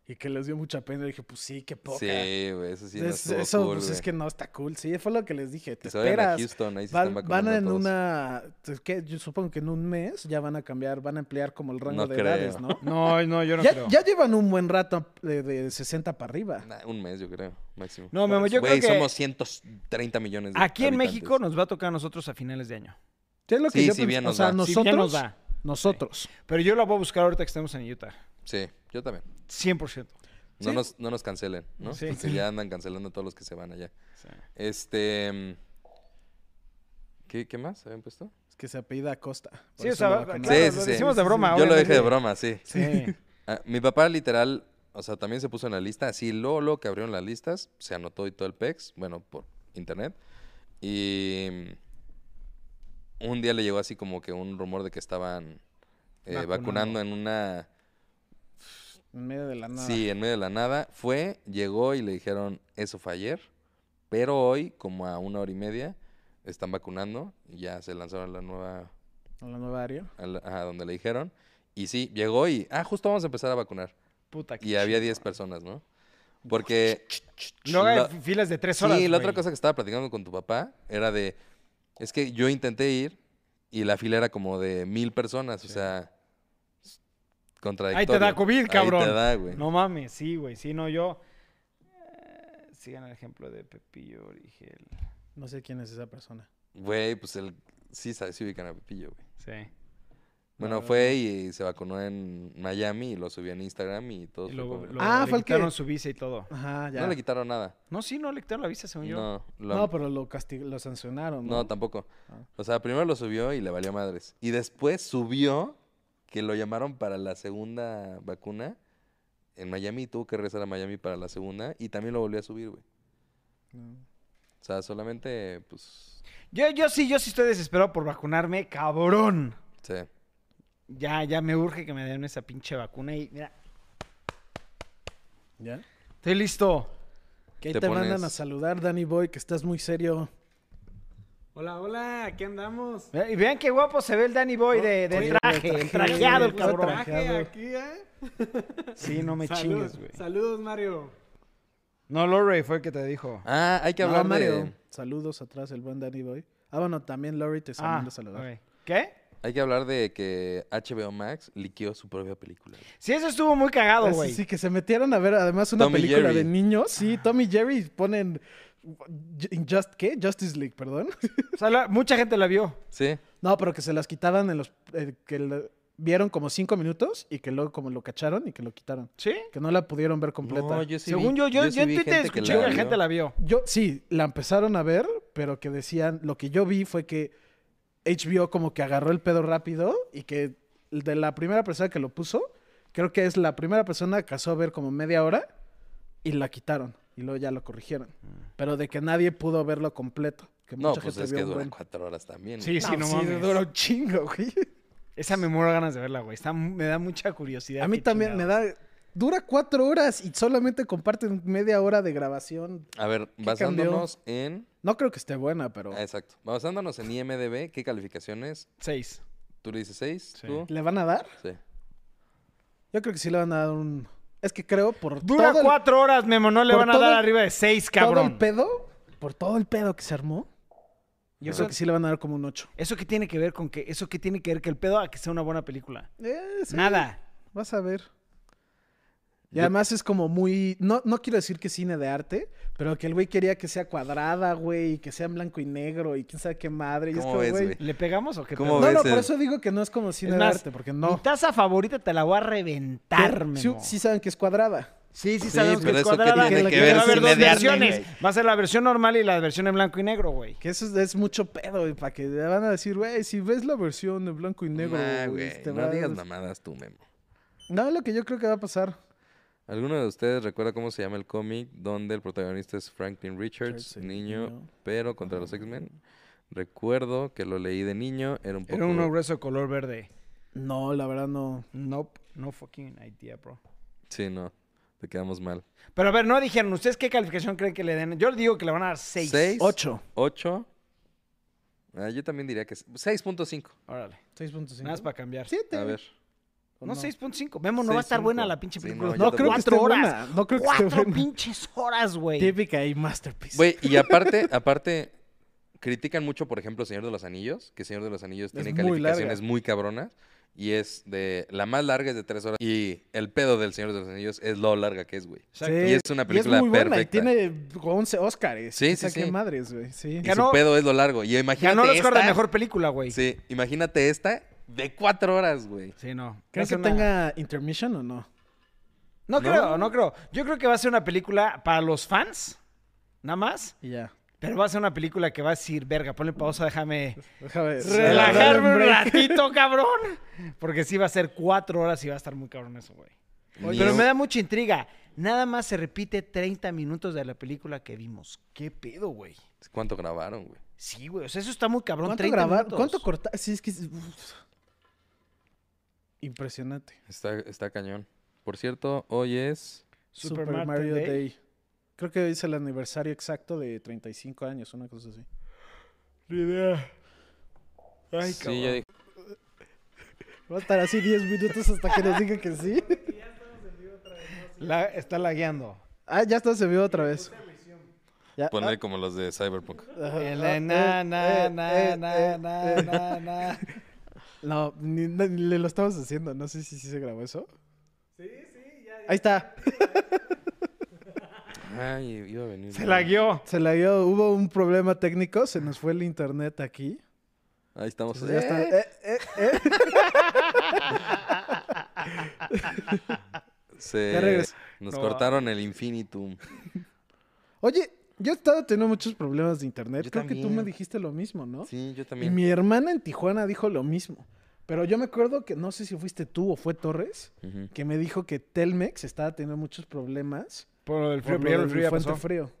S2: Y que les dio mucha pena. Y dije, pues sí, qué poca.
S1: Sí, güey, eso sí no
S2: Es-
S1: estuvo
S2: eso
S1: cool,
S2: pues, es
S1: güey.
S2: que no está cool. Sí, fue lo que les dije. Te
S1: Que se vayan a
S2: esperas.
S1: Houston, ahí se
S2: Van,
S1: están
S2: van
S1: vacunando a
S2: en
S1: todos.
S2: una. es que yo supongo que en un mes ya van a cambiar, van a ampliar como el rango
S1: No
S2: de
S1: creo.
S2: edades, ¿no?
S3: No, no, yo no
S2: ya,
S3: creo.
S2: ya llevan un buen rato de, de 60 para arriba.
S1: Nah, un mes, yo creo, máximo.
S3: No, Memo, yo
S1: Güey,
S3: creo que-
S1: somos 130 millones de
S3: Aquí en México
S1: habitantes.
S3: nos va a tocar a nosotros a finales de año.
S2: Sí, es lo que
S1: Sí,
S2: yo
S1: sí,
S2: pens-
S1: bien
S2: o
S1: nos
S2: sea,
S1: va.
S3: Sí,
S2: nosotros.
S3: ya nos va.
S2: Nosotros.
S3: Pero yo la voy a buscar ahorita que estemos en Utah.
S1: Sí, yo también.
S3: 100%.
S1: No,
S2: Sí.
S1: nos, no nos cancelen, ¿no?
S3: Sí.
S1: Porque ya andan cancelando a todos los que se van allá.
S3: Sí.
S1: Este... mm, ¿Qué, qué más habían puesto?
S2: que se apellida Acosta. por
S3: Sí, o
S2: eso
S3: sea,
S2: lo
S3: claro,
S2: vacunaron.
S1: Sí, sí,
S3: lo
S1: sí.
S3: decimos de broma.
S1: Yo lo
S3: Ah, obviamente.
S1: dejé de broma, sí.
S3: Sí.
S1: Ah, mi papá literal, o sea, también se puso en la lista, así luego, luego que abrieron las listas, se anotó y todo el PEX, bueno, por internet. Y mm, un día le llegó así como que un rumor de que estaban eh,
S3: Vacunando.
S1: vacunando en una...
S2: En medio de la nada.
S1: Sí, en medio de la nada. Fue, llegó y le dijeron, eso fue ayer, pero hoy, como a una hora y media, están vacunando y ya se lanzaron la nueva...
S2: A la nueva área.
S1: a la- ajá, donde le dijeron. Y sí, llegó y, ah, justo vamos a empezar a vacunar.
S3: Puta
S1: Y había 10 personas, ¿no? Porque...
S3: Luego
S1: la-
S3: hay filas de eh, tres horas.
S1: sí, la otra
S3: güey.
S1: cosa que estaba platicando con tu papá era de... Es que yo intenté ir y la fila era como de mil personas, o sea... s- Contradictorio.
S3: Ahí te da COVID, cabrón.
S1: Ahí te da, güey.
S3: No mames, sí, güey. Sí, no, yo. eh, Sigan el ejemplo de Pepillo Origel.
S2: No sé quién es esa persona.
S1: Güey, pues el... Sí, sabe, sí ubican a Pepillo, güey.
S3: Sí.
S1: Bueno,
S2: verdad,
S1: fue y se vacunó en Miami y lo subió en Instagram y todo.
S3: Y luego, luego
S2: Ah,
S3: le
S2: fue el que-
S3: quitaron su visa y todo.
S2: Ajá, ya.
S1: No le quitaron nada.
S3: No, sí, no le quitaron la visa, según yo.
S1: No, lo-
S2: No, pero lo, castig- lo sancionaron. No,
S1: No, tampoco.
S2: Ah.
S1: O sea, primero lo subió y le valió madres. Y después subió que lo llamaron para la segunda vacuna en Miami. Tuvo que regresar a Miami para la segunda. Y también lo volvió a subir, güey. O sea, solamente, pues.
S3: Yo, yo sí, yo sí estoy desesperado por vacunarme, cabrón.
S1: Sí.
S3: Ya, ya me urge que me den esa pinche vacuna y mira,
S2: ¿Ya?
S3: estoy listo.
S2: Que ahí
S1: Te
S2: te, mandan
S1: pones-
S2: a saludar, Danny Boy, que estás muy serio.
S4: Hola, hola, aquí andamos.
S3: Ve- Eh, Y vean qué guapo se ve el Danny Boy de, de
S4: Oye,
S3: traje,
S2: güey,
S3: el
S2: traje,
S3: trajeado, el
S2: güey, puro
S3: cabrón.
S4: Traje
S2: Trajeado.
S4: aquí, ¿eh?
S3: Sí, no me
S4: Salud,
S3: chingues, güey.
S4: Saludos, Mario.
S3: No, Lorray fue el que te dijo.
S1: Ah, hay que hablar
S2: No, Mario.
S1: de.
S2: Saludos atrás, el buen Danny Boy. Ah, bueno, también Lori te
S3: Ah,
S2: manda a saludar.
S3: ok. ¿Qué?
S1: Hay que hablar de que HBO Max liqueó su propia película. güey.
S3: Sí, eso estuvo muy cagado,
S2: Eso
S3: güey.
S2: Ah,
S3: Ah.
S2: Sí, que se metieron a ver además una
S1: Tom y
S2: película
S1: Jerry.
S2: de niños. Sí, Tommy Jerry ponen in just, ¿qué? Justice League, perdón.
S3: O sea, la- mucha gente la vio.
S1: Sí.
S2: No, pero que se las quitaban en los eh, que lo- vieron como cinco minutos y que luego como lo cacharon y que lo quitaron.
S3: ¿Sí?
S2: Que no la pudieron ver completa.
S1: No,
S2: yo...
S1: sí
S3: Según
S1: vi-
S3: yo, yo, yo,
S1: sí
S3: en
S1: vi
S3: Twitter
S1: gente que
S3: escuché que la
S1: vio.
S3: gente la vio.
S2: sí, la empezaron a ver, pero que decían, lo que yo vi fue que HBO como que agarró el pedo rápido y que de la primera persona que lo puso, creo que es la primera persona que casó a ver como media hora y la quitaron y luego ya lo corrigieron. Pero de que nadie pudo verlo completo. Que
S1: Mm. No,
S2: mucha
S1: pues
S2: gente
S1: es que
S2: vio un
S1: duran
S2: buen...
S1: cuatro horas también.
S3: Sí,
S1: güey.
S3: sí, no, mames.
S2: duró un chingo, güey.
S3: Esa me muero ganas de verla, güey. Está, me da mucha curiosidad.
S2: A mí
S3: qué
S2: también me
S3: chingados.
S2: da. Dura cuatro horas y solamente comparten media hora de grabación.
S1: A ver,
S2: ¿Qué cambió?
S1: basándonos en.
S2: No creo que esté buena, pero
S1: ah, exacto. Basándonos en IMDB, ¿qué calificaciones?
S3: Seis.
S1: ¿Tú le dices seis?
S3: Sí.
S1: ¿Tú?
S2: ¿le van a dar?
S1: Sí.
S2: Yo creo que sí le van a dar un. Es que creo por
S3: Dura
S2: todo, el-
S3: cuatro horas, Memo. No le
S2: por
S3: van a
S2: todo
S3: dar
S2: el-
S3: arriba de seis,
S2: todo
S3: cabrón.
S2: el pedo, por todo el pedo que se armó, yo
S3: Yo
S2: creo
S3: creo-
S2: que sí le van a dar como un 8.
S3: ¿Eso qué tiene que ver con que eso qué tiene que ver que el pedo a que sea una buena película? Nada.
S2: Eh, Vas a ver. Y
S1: Yo-
S2: además es como muy. No, no quiero decir que es cine de arte, pero que el güey quería que sea cuadrada, güey, y que sea en blanco y negro, y quién sabe qué madre. Y es
S1: ¿Cómo
S2: como,
S1: ves,
S2: güey.
S1: güey?
S3: ¿Le pegamos o qué
S1: ¿Cómo
S3: pedo?
S2: No, no,
S1: ves
S2: por
S1: el-
S2: eso digo que no es como cine
S3: Es
S2: de
S3: más,
S2: arte, porque
S3: Mi
S2: no.
S3: taza favorita te la voy a reventar,
S2: Sí,
S3: Memo.
S2: sí saben que es cuadrada.
S3: Sí, sí,
S1: Sí,
S3: sabemos
S1: pero
S3: que es
S1: eso qué
S3: cuadrada.
S1: tiene
S2: que ver
S3: va a haber
S2: cine
S3: dos
S2: de arte,
S3: versiones. Va a ser la versión normal y la versión en blanco y negro, güey.
S2: Que eso es, es mucho pedo, y para que le van a decir, güey, si ves la versión de blanco y negro,
S1: Nah,
S2: güey,
S1: güey,
S2: te
S1: no
S2: vas-
S1: digas mamadas tú, Memo.
S2: No, es lo que yo creo que va a pasar.
S1: ¿Alguno de ustedes recuerda cómo se llama el cómic donde el protagonista es Franklin Richards,
S2: Richards, el
S1: niño,
S2: niño.
S1: pero contra los X-Men? Recuerdo que lo leí de niño, era un poco...
S3: Era un grueso de color verde.
S2: No, la verdad no.
S1: pues,
S3: Nope, no fucking idea, bro.
S1: Sí, no, te quedamos mal.
S3: Pero a ver, no dijeron, ¿ustedes qué calificación creen que le den? Yo le digo que le van a dar 6.
S1: ¿Seis?
S2: Ocho.
S1: ¿Ocho? Ah, yo también diría que es 6.5.
S3: Órale,
S2: 6.5.
S3: nada más para cambiar.
S2: Siete.
S1: A ver.
S2: ¿O
S3: No, 6.5. Memo, no va a estar
S1: 6.5.
S3: buena la pinche
S1: Sí,
S3: película.
S1: no, yo
S2: No, creo que
S1: Cuatro
S2: esté
S3: horas.
S2: buena. No creo que esté
S3: Cuatro
S2: buena.
S3: pinches horas, güey.
S2: Típica y masterpiece.
S1: Güey, y aparte, aparte, critican mucho, por ejemplo, Señor de los Anillos, que Señor de los Anillos tiene
S2: muy larga.
S1: calificaciones muy cabronas. Y es de... La más larga es de tres horas. Y el pedo del Señor de los Anillos es lo larga que es, güey. Y es una película
S2: muy buena
S1: perfecta.
S2: y tiene 11 Óscares.
S1: Sí,
S2: Quién
S1: sí,
S2: sabe qué
S1: sí.
S2: madres, güey. Sí.
S1: Y
S3: Ganó-
S1: su pedo es lo largo. Y imagínate
S3: Ganó el
S1: esta.
S3: Oscar de mejor película, güey.
S1: Sí, imagínate esta de cuatro horas, güey.
S3: Sí, no. Va a
S2: ¿Creen que
S3: ser una-
S2: tenga intermission o no?
S1: ¿No?
S3: No creo, no creo. Yo creo que va a ser una película para los fans, nada más.
S2: Y ya.
S3: Pero va a ser una película que va a decir, verga, ponle pausa, déjame
S2: Déjame
S3: relajarme un ratito, cabrón. Porque sí va a ser cuatro horas y va a estar muy cabrón eso, güey.
S1: Ni
S3: Pero
S1: un-
S3: me da mucha intriga. Nada más se repite 30 minutos de la película que vimos. ¿Qué pedo, güey?
S1: ¿Cuánto grabaron, güey?
S3: Sí, güey. O sea, eso está muy cabrón.
S2: ¿Cuánto
S3: 30
S2: grabar?
S3: minutos.
S2: ¿Cuánto cortar? Sí, es que. es- uf. Impresionante.
S1: Está, está cañón. Por cierto, hoy es...
S3: Super, Mario Day.
S2: Creo que es el aniversario exacto de 35 años, una cosa así.
S3: Ni idea. Ay,
S1: sí, ya dije-
S2: Va a estar así 10 minutos hasta que nos diga que sí.
S3: La- está lagueando.
S2: Ah, ya está, se vio otra vez. Ya.
S1: Poner como los de Cyberpunk.
S2: Ajá.
S3: El,
S2: Ah,
S3: eh, na,
S2: eh,
S3: na,
S2: eh,
S3: na,
S2: eh,
S3: na,
S2: eh,
S3: na,
S2: eh.
S3: na, na.
S2: No, ni, ni- ni lo estamos haciendo. No sé si, sí se grabó eso.
S4: Sí, sí, ya.
S2: Ahí está.
S1: Ay, iba a venir.
S3: Se
S1: la
S3: lagueó.
S2: Se la dio. Hubo un problema técnico. Se nos fue el internet aquí.
S1: Ahí estamos.
S2: Entonces ya está.
S1: Eh,
S2: Eh, eh, eh.
S1: se-
S2: Ya regresé.
S1: Nos
S3: No,
S1: cortaron el infinitum.
S2: Oye, yo he estado teniendo muchos problemas de internet.
S1: Yo
S2: Creo que tú me
S1: también.
S2: dijiste lo mismo, ¿no?
S1: Sí, yo
S2: Y
S1: también.
S2: mi hermana en Tijuana dijo lo mismo. Pero yo me acuerdo que no sé si fuiste tú o fue Torres,
S1: Ujú.
S2: que me dijo que Telmex estaba teniendo muchos problemas
S3: Por el
S2: por
S3: frío,
S2: lo
S3: pero ya el
S2: del
S3: frío ya
S2: Fuente
S3: pasó.
S2: Frío.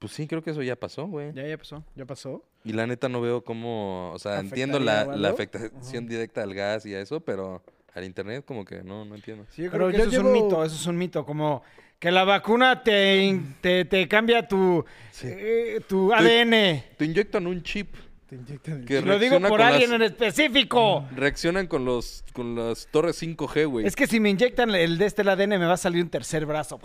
S1: Pues sí, creo que eso ya pasó, güey.
S3: Ya, ya pasó.
S2: ¿Ya pasó?
S1: Y la neta no veo cómo, o sea, entiendo
S2: ¿Afectaría
S1: la,
S2: o
S1: la
S2: algo?
S1: afectación directa al gas y a eso, pero al internet como que no, no entiendo.
S3: Sí, yo
S2: Pero
S3: creo que
S2: yo
S3: eso es un
S2: llevo-
S3: mito, eso es un mito, como que la vacuna te, in- te, te cambia tu, eh, tu ADN.
S1: Te inyectan un chip
S2: Te inyectan el
S1: que
S2: chip.
S3: Lo digo
S1: reacciona
S3: por
S1: con las-
S3: alguien en específico.
S2: Mm.
S1: reaccionan con los con las torres 5G, güey.
S3: Es que si me inyectan el de este el ADN me va a salir un tercer brazo.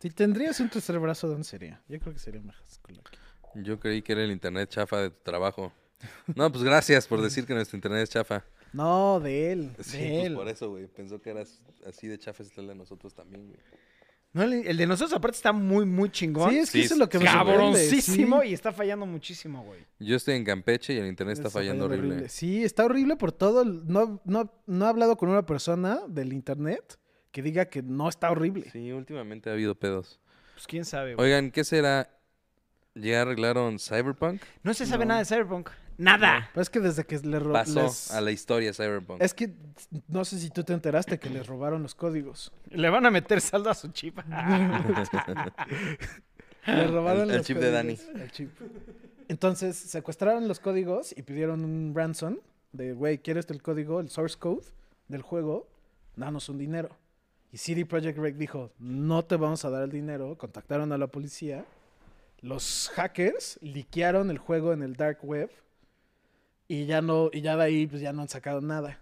S2: Si tendrías un tercer brazo, ¿dónde sería? Yo creo que sería más cool aquí.
S1: Yo creí que era el internet chafa de tu trabajo. No, pues gracias por decir que nuestro internet es chafa.
S2: No, de él.
S1: Sí,
S2: de
S1: pues
S2: él.
S1: por eso, güey. Pensó que eras así de chafa es el de nosotros también, güey.
S3: No, el, el de nosotros aparte está muy, muy chingón.
S2: Sí, es que
S1: Sí,
S2: eso es lo que me sorprende,
S3: cabroncísimo
S2: sí.
S3: y está fallando muchísimo, güey.
S1: Yo estoy en Campeche y el internet está, fallando horrible.
S2: Sí, está horrible por todo. el- No, no, no he hablado con una persona del internet que diga que no está horrible.
S1: Sí, últimamente ha habido pedos.
S3: Pues quién sabe, güey.
S1: Oigan, ¿qué será? ¿Ya arreglaron Cyberpunk?
S3: No se sabe
S2: No.
S3: nada de Cyberpunk. Nada.
S2: Pero es que desde que le robó...
S1: Pasó a la historia Cyberpunk.
S2: Es que no sé si tú te enteraste que les robaron los códigos.
S3: Le van a meter saldo a su chip.
S2: Le robaron
S1: El- el
S2: los
S1: chip de
S2: códigos, el chip. Entonces secuestraron los códigos y pidieron un ransom de, güey, ¿quieres el código, el source code del juego? Danos un dinero. Y CD Projekt Red dijo, no te vamos a dar el dinero. Contactaron a la policía. Los hackers liquearon el juego en el dark web y ya no y ya de ahí pues ya no han sacado nada.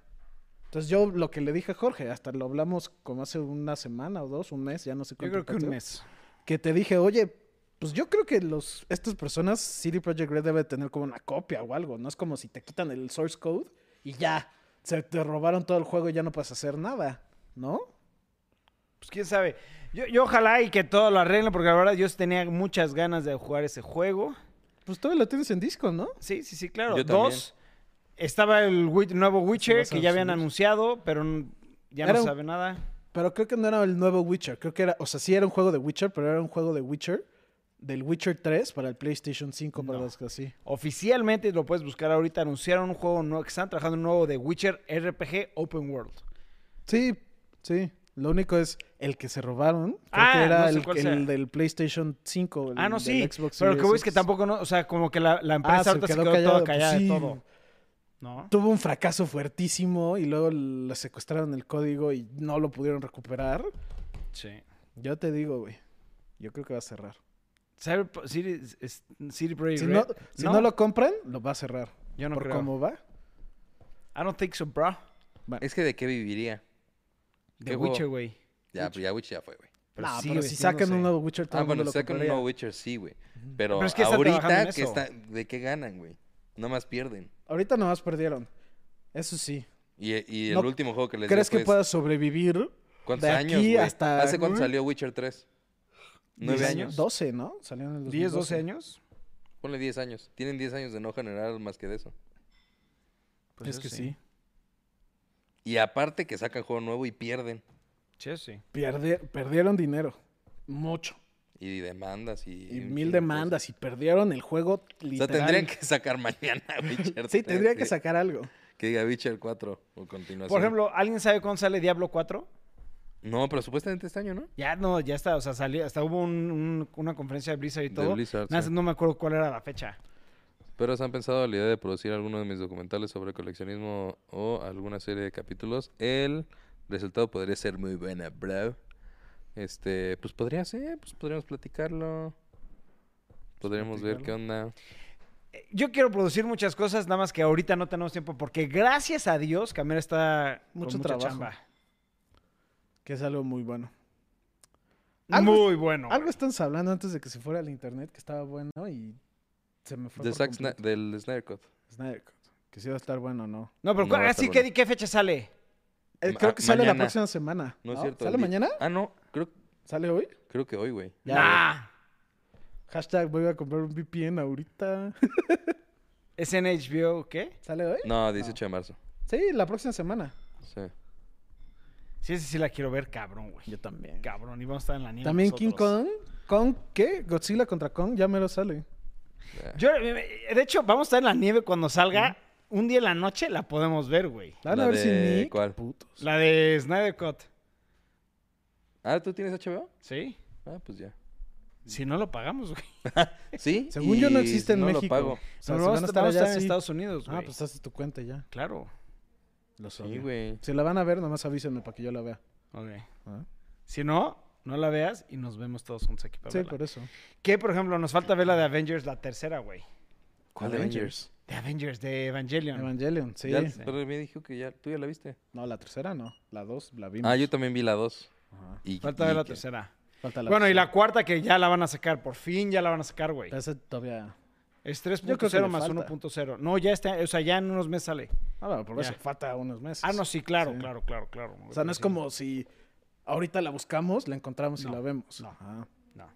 S2: Entonces yo lo que le dije a Jorge, hasta lo hablamos como hace una semana o dos, un mes, ya no sé
S3: Yo
S2: cuánto.
S3: creo que un
S2: pasó
S3: mes.
S2: que te dije, oye, pues yo creo que los, estas personas, City Project Red debe tener como una copia o algo, no es como si te quitan el source code y ya, se te robaron todo el juego y ya no puedes hacer nada, ¿no?
S3: Pues quién sabe. Yo, yo ojalá y que todo lo arreglen, porque la verdad yo sí tenía muchas ganas de jugar ese juego.
S2: Pues todavía lo tienes en disco, ¿no?
S3: Sí, sí, sí, claro.
S1: Yo también.
S3: Dos, estaba el wi- nuevo Witcher
S2: vas a
S3: que ya habían
S2: subir.
S3: anunciado, pero n- ya no
S2: Era un-
S3: sabe nada.
S2: Pero creo que no era el nuevo Witcher, creo que era, o sea, sí era un juego de Witcher, pero era un juego de Witcher, del Witcher 3 para el PlayStation 5, para
S3: No.
S2: los que así.
S3: Oficialmente lo puedes buscar ahorita. Anunciaron un juego nuevo que están trabajando en un nuevo de Witcher RPG Open World.
S2: Sí, sí. Lo único es el que se robaron. Creo
S3: Ah,
S2: que era
S3: no sé
S2: el,
S3: cuál
S2: el
S3: sea.
S2: del PlayStation 5. el
S3: ah, no,
S2: del
S3: sí.
S2: Xbox
S3: pero lo que
S2: Series
S3: voy es que
S2: X.
S3: tampoco, no, o sea, como que la, la empresa
S2: Ah, se
S3: ahorita se
S2: quedó
S3: quedó,
S2: callada,
S3: toda callada
S2: pues
S3: de
S2: sí.
S3: todo. ¿No?
S2: tuvo un fracaso fuertísimo y luego le secuestraron el código y no lo pudieron recuperar.
S3: Sí.
S2: Yo te digo, güey. Yo creo que va a cerrar.
S3: Cyber City, es- City Projekt
S2: Si
S3: Red,
S2: no, si no lo compran, lo va a cerrar.
S3: Yo no
S2: Por
S3: creo.
S2: cómo va.
S3: I don't think so, bro.
S1: Es que de qué viviría.
S3: The
S1: ¿Qué juego?
S3: Witcher, güey.
S1: Ya, pero ya Witcher ya fue, güey.
S3: Pero
S2: Nah,
S3: sí,
S2: pero
S3: güey,
S2: si
S3: yo no
S2: sacan
S3: sé.
S2: un nuevo Witcher, todo
S1: Ah,
S2: el
S1: bueno,
S2: mundo lo
S1: sacan un
S2: compraría.
S1: nuevo Witcher, sí, güey. Pero,
S3: Pero es que están trabajando en
S1: ahorita, que
S3: eso.
S1: está, ¿de qué ganan, güey? Nada más pierden.
S2: Ahorita nomás perdieron. Eso sí.
S1: Y, y el
S2: No-
S1: último juego que les
S2: ¿Crees
S1: dio pues
S2: que
S1: fue-
S2: puedas sobrevivir?
S1: ¿Cuántos
S2: de
S1: años,
S2: aquí
S1: güey?
S2: hasta-
S1: ¿Hace cuánto salió Witcher 3? ¿Nueve
S2: Diez-
S1: años?
S2: 12, ¿no? Salió en el
S3: 10, 12
S2: 2012.
S3: años.
S1: Ponle 10 años. Tienen 10 años de no generar más que de eso.
S3: Pues
S2: es
S3: eso
S2: que sí.
S1: Y aparte que sacan juego nuevo y pierden.
S3: Sí, sí.
S2: Pierde- perdieron dinero. Mucho.
S1: Y demandas y...
S2: Y
S1: un
S2: mil
S1: chingo de
S2: demandas y perdieron el juego
S1: cosas. pues. O
S2: literal.
S1: sea, tendrían que sacar mañana Witcher
S2: Sí, tendrían
S1: 3,
S2: que sacar algo.
S1: Que diga Witcher 4 o continuación.
S3: Por ejemplo, ¿alguien sabe cuándo sale Diablo 4?
S1: No, pero supuestamente este año, ¿no?
S3: Ya no, ya está, o sea, salió, hasta hubo un- un- una conferencia de Blizzard y
S1: De
S3: todo.
S1: Blizzard,
S3: Nada más
S1: sí.
S3: No me acuerdo cuál era la fecha.
S1: Pero se han pensado la idea de producir alguno de mis documentales sobre coleccionismo o alguna serie de capítulos. El resultado podría ser muy buena, bro. Este, pues podría ser, pues podríamos platicarlo. Podríamos ver qué onda.
S3: Eh, Yo quiero producir muchas cosas, nada más que ahorita no tenemos tiempo porque gracias a Dios Camila está con
S2: Mucho
S3: mucha
S2: trabajo.
S3: chamba.
S2: Que es algo muy bueno. Algo-
S3: Muy bueno.
S2: Algo
S3: güey.
S2: estamos hablando antes de que se fuera al internet que estaba bueno y se me fue.
S1: De
S2: por
S1: Zack Sna-
S2: completo.
S1: del Snyder Cut.
S2: Snyder Cut. Que si va a estar bueno o no.
S3: No, pero
S1: No va a
S3: así
S1: estar
S3: que
S1: bueno.
S3: ¿qué fecha sale?
S2: Eh,
S1: Ma-
S2: creo que sale la
S1: mañana.
S2: próxima semana.
S1: No es cierto.
S2: ¿Sale
S1: el di-
S2: mañana?
S1: Ah, no, creo,
S2: ¿Sale hoy?
S1: creo que hoy, güey.
S2: Ya,
S3: Nah.
S2: Hashtag voy a comprar un VPN ahorita.
S3: ¿Es en HBO qué?
S2: ¿Sale hoy?
S1: No, 18 de marzo.
S2: Sí, la próxima semana.
S1: Sí.
S3: Sí, sí, sí la quiero ver, cabrón, güey.
S2: Yo también.
S3: Cabrón, y vamos a estar en la nieve
S2: También King
S3: nosotros.
S2: Kong. ¿Kong qué? Godzilla contra Kong ya me lo sale.
S3: Yo, eh, de hecho, vamos a estar en la nieve cuando salga. Un día en la noche la podemos ver, güey.
S2: La Van
S1: La
S2: a ver sin
S1: de-
S2: Nick.
S1: ¿cuál?
S2: Putos.
S3: La de Snyder Cut.
S1: Ah, ¿tú tienes HBO?
S3: ¿Sí?
S1: Ah, pues ya.
S3: Si no lo pagamos, güey.
S1: Sí.
S2: Según yo no
S1: y
S2: existe en
S1: no
S2: México.
S1: Lo pago.
S2: O sea,
S3: Pero
S2: si
S3: vamos,
S2: van a
S3: a
S2: estar
S3: estar
S2: allá,
S3: en
S2: este sí.
S3: Estados Unidos, güey.
S2: Ah, pues haces tu cuenta y ya.
S3: Claro.
S2: Lo
S1: Sí, güey.
S2: Si la van a ver, nomás avísenme para que yo la vea.
S3: Ok.
S2: Ah.
S3: Si no, no la veas y nos vemos todos juntos aquí para
S2: Sí,
S3: verla.
S2: por eso.
S3: Que, por ejemplo, nos falta ver la de Avengers, la tercera, güey.
S1: ¿Cuál de Avengers?
S3: De Avengers, de Evangelion.
S2: Evangelion, sí.
S1: Ya- pero me dijo que ya, tú ya la viste.
S2: No, la tercera no. La dos la vimos.
S1: Ah, yo también vi la 2.
S2: Ajá.
S3: falta ver la tercera.
S2: Falta la
S3: bueno, y la
S2: tercera.
S3: cuarta que ya la van a sacar. Por fin ya la van a sacar, güey.
S2: Pero esa todavía...
S3: Es
S2: Pues, Yo creo que
S3: 3.0
S2: le
S3: más
S2: falta.
S3: 1.0. No, ya está. O sea, ya en unos meses sale.
S2: Ah, bueno, por
S3: Ya.
S2: eso falta unos meses.
S3: Ah, no, sí, claro,
S2: Sí.
S3: claro, claro, claro.
S2: O sea, no es como si ahorita la buscamos, la encontramos y
S3: No,
S2: la vemos.
S3: no.
S2: Ajá.
S3: No.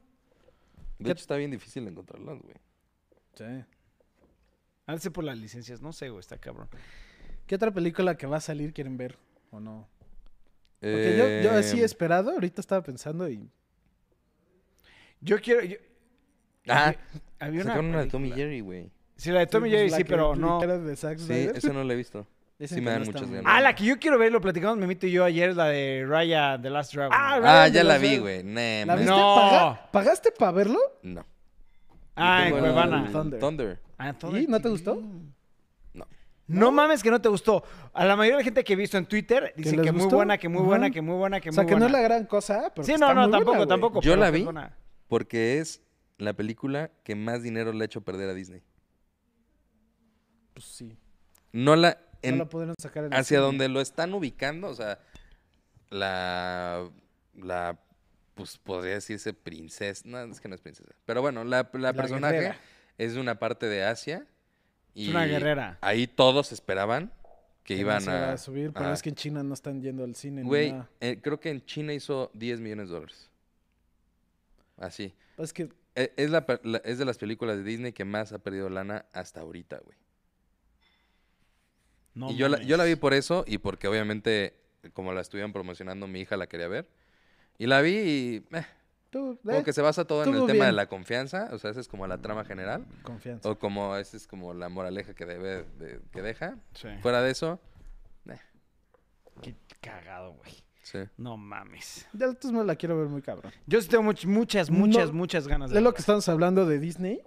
S1: De hecho, está bien difícil encontrarlas, güey.
S2: Sí.
S3: Ha de ser por las licencias. No sé, güey, está cabrón.
S2: ¿Qué otra película que va a salir quieren ver o no? Porque yo,
S3: Eh,
S2: yo así
S1: Em,
S2: esperado, ahorita estaba pensando y...
S3: Yo quiero... yo-
S1: Ah,
S3: había una
S1: sacaron una de Tommy
S3: película.
S1: Jerry, güey.
S3: Sí, la de Tommy
S2: pues,
S3: Jerry
S2: la
S3: sí,
S2: que
S3: pero
S2: le
S3: no.
S2: dijeras de Zack
S1: Sí,
S2: Snyder.
S1: esa no la he visto.
S2: Dicen
S1: sí me
S2: que
S1: dan
S2: no está
S1: muchas
S2: muy
S1: ganas.
S3: Ah, la que yo quiero ver, lo platicamos Memito y yo ayer, es la de Raya The Last Dragon.
S2: Ah,
S3: güey.
S1: Ah,
S2: Ryan
S1: ya la
S2: Reynolds.
S1: vi, güey. Nah,
S2: ¿La
S1: man.
S2: viste?
S3: No.
S2: ¿Paga- ¿Pagaste para verlo?
S1: No.
S3: Ah, en
S1: Tengo el
S3: Cuevana.
S2: Thunder.
S1: Thunder.
S3: Ah, entonces-
S2: ¿Y no te gustó?
S1: No.
S3: No mames que no te gustó. A la mayoría de la gente que he visto en Twitter dice
S2: les
S3: que muy
S2: gustó?
S3: buena, que muy
S2: Ajá.
S3: buena, que muy buena, que
S2: O
S3: muy
S2: sea, que
S3: buena.
S2: no es la gran cosa, pero
S3: Sí,
S2: que
S3: no,
S2: está
S3: no,
S2: muy
S3: tampoco,
S2: buena, güey.
S3: tampoco.
S1: Yo
S3: pero
S1: la
S3: que es
S1: vi.
S3: buena.
S1: Porque es la película que más dinero le ha hecho perder a Disney.
S2: Pues sí.
S1: No la...
S2: No
S1: en-
S2: la pudieron sacar en el
S1: hacia
S2: cine.
S1: donde lo están ubicando, o sea, la... La... Pues podría decirse princesa. No, es que no es princesa. Pero bueno, la, la
S2: La
S1: personaje
S2: guerrera.
S1: es de una parte de Asia. Y
S3: Es una guerrera.
S1: Ahí todos esperaban que,
S2: no
S1: iban
S2: se iba
S1: a...
S2: subir, pero
S1: ajá.
S2: es que en China no están yendo al cine. ni
S1: Güey,
S2: nada.
S1: eh, creo que en China hizo 10 millones de dólares. Así.
S2: Es que
S1: E- Es, la pe- la- es de las películas de Disney que más ha perdido lana hasta ahorita, güey.
S3: No
S1: y yo la, yo la vi
S3: mames.
S1: por eso y porque obviamente, como la estuvieron promocionando, mi hija la quería ver. Y la vi y... eh,
S2: tú, eh,
S1: como que se basa todo en el
S2: estuvo
S1: tema de
S2: bien.
S1: la confianza. O sea, esa es como la trama general.
S2: confianza.
S1: O como esa es como la moraleja que, debe, de- que deja.
S3: Sí.
S1: Fuera de eso,
S3: Qué cagado, güey.
S1: sí.
S3: No mames.
S2: Ya de todos modos la quiero ver muy cabrón.
S3: Yo sí tengo much- muchas, muchas,
S2: No.
S3: muchas ganas de
S2: Es lo
S3: verla.
S2: que estamos hablando de Disney.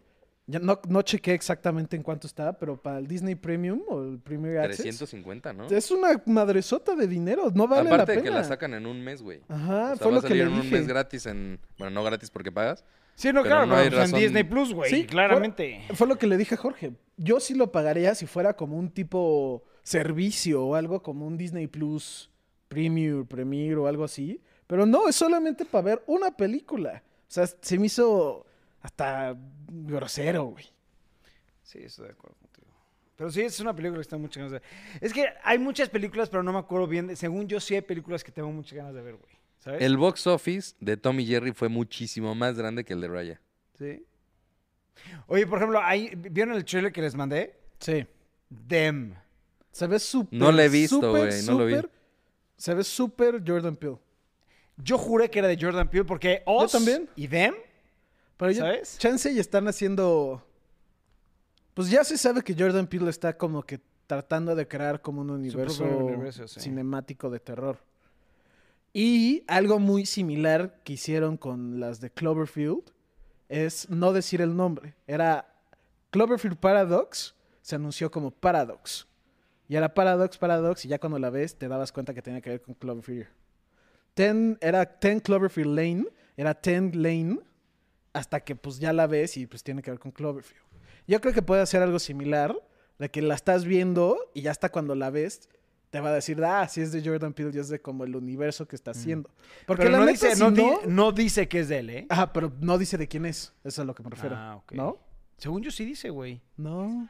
S2: Ya no, no chequé exactamente en cuánto está, pero para el Disney Premium o el Premier Access.
S1: 350, ¿no?
S2: Es una madresota de dinero, no vale la
S1: Aparte
S2: pena.
S1: de que la sacan en un mes, güey.
S2: Ajá,
S1: O sea,
S2: fue
S1: va
S2: lo
S1: a
S2: que
S1: salir
S2: le
S1: en un
S2: dije.
S1: mes gratis en... Bueno, no gratis porque pagas.
S3: Sí, no,
S1: pero
S3: claro,
S1: no
S3: pero
S1: hay
S3: pues, en
S1: razón-
S3: Disney Plus, güey.
S2: Sí,
S3: claramente.
S2: Fue, fue lo que le dije a Jorge. Yo sí lo pagaría si fuera como un tipo servicio o algo como un Disney Plus Premier, Premier o algo así. Pero no, es solamente para ver una película. O sea, se me hizo hasta grosero, güey.
S3: Sí, estoy de acuerdo contigo. Pero sí, es una película que está muchas ganas de ver. Es que hay muchas películas, pero no me acuerdo bien. de- Según yo, sí hay películas que tengo muchas ganas de ver, güey. ¿Sabes?
S1: El box office de Tommy Jerry fue muchísimo más grande que el de Raya.
S3: Sí. Oye, por ejemplo, ahí, ¿vieron el trailer que les mandé?
S2: Sí.
S3: Dem.
S2: Se ve súper.
S1: No la he visto,
S2: súper,
S1: güey, no lo vi.
S2: súper- Se ve súper Jordan Peele.
S3: Yo juré que era de Jordan Peele porque Oz
S2: también.
S3: y Dem
S2: Pero yo,
S3: ¿Sabes?
S2: chance y están haciendo... Pues ya se sabe que Jordan Peele está como que tratando de crear como un universo,
S3: propio universo, sí.
S2: cinemático de terror. Y algo muy similar que hicieron con las de Cloverfield es no decir el nombre. Era Cloverfield Paradox, se anunció como Paradox. Y era Paradox, Paradox, y ya cuando la ves te dabas cuenta que tenía que ver con Cloverfield. Ten, era Ten Cloverfield Lane, era Ten Lane, hasta que pues ya la ves y pues tiene que ver con Cloverfield. Yo creo que puede hacer algo similar, de que la estás viendo y ya hasta cuando la ves te va a decir, ah, si es de Jordan Peele, ya es de como el universo que está haciendo. Porque
S3: Pero
S2: la
S3: no,
S2: neta,
S3: dice,
S2: si
S3: no,
S2: no-
S3: di- no dice que es de él, ¿eh?
S2: Ajá, pero no dice de quién es. Eso es a lo que me refiero.
S3: Ah, ok.
S2: ¿No?
S3: Según yo sí dice, güey.
S2: No.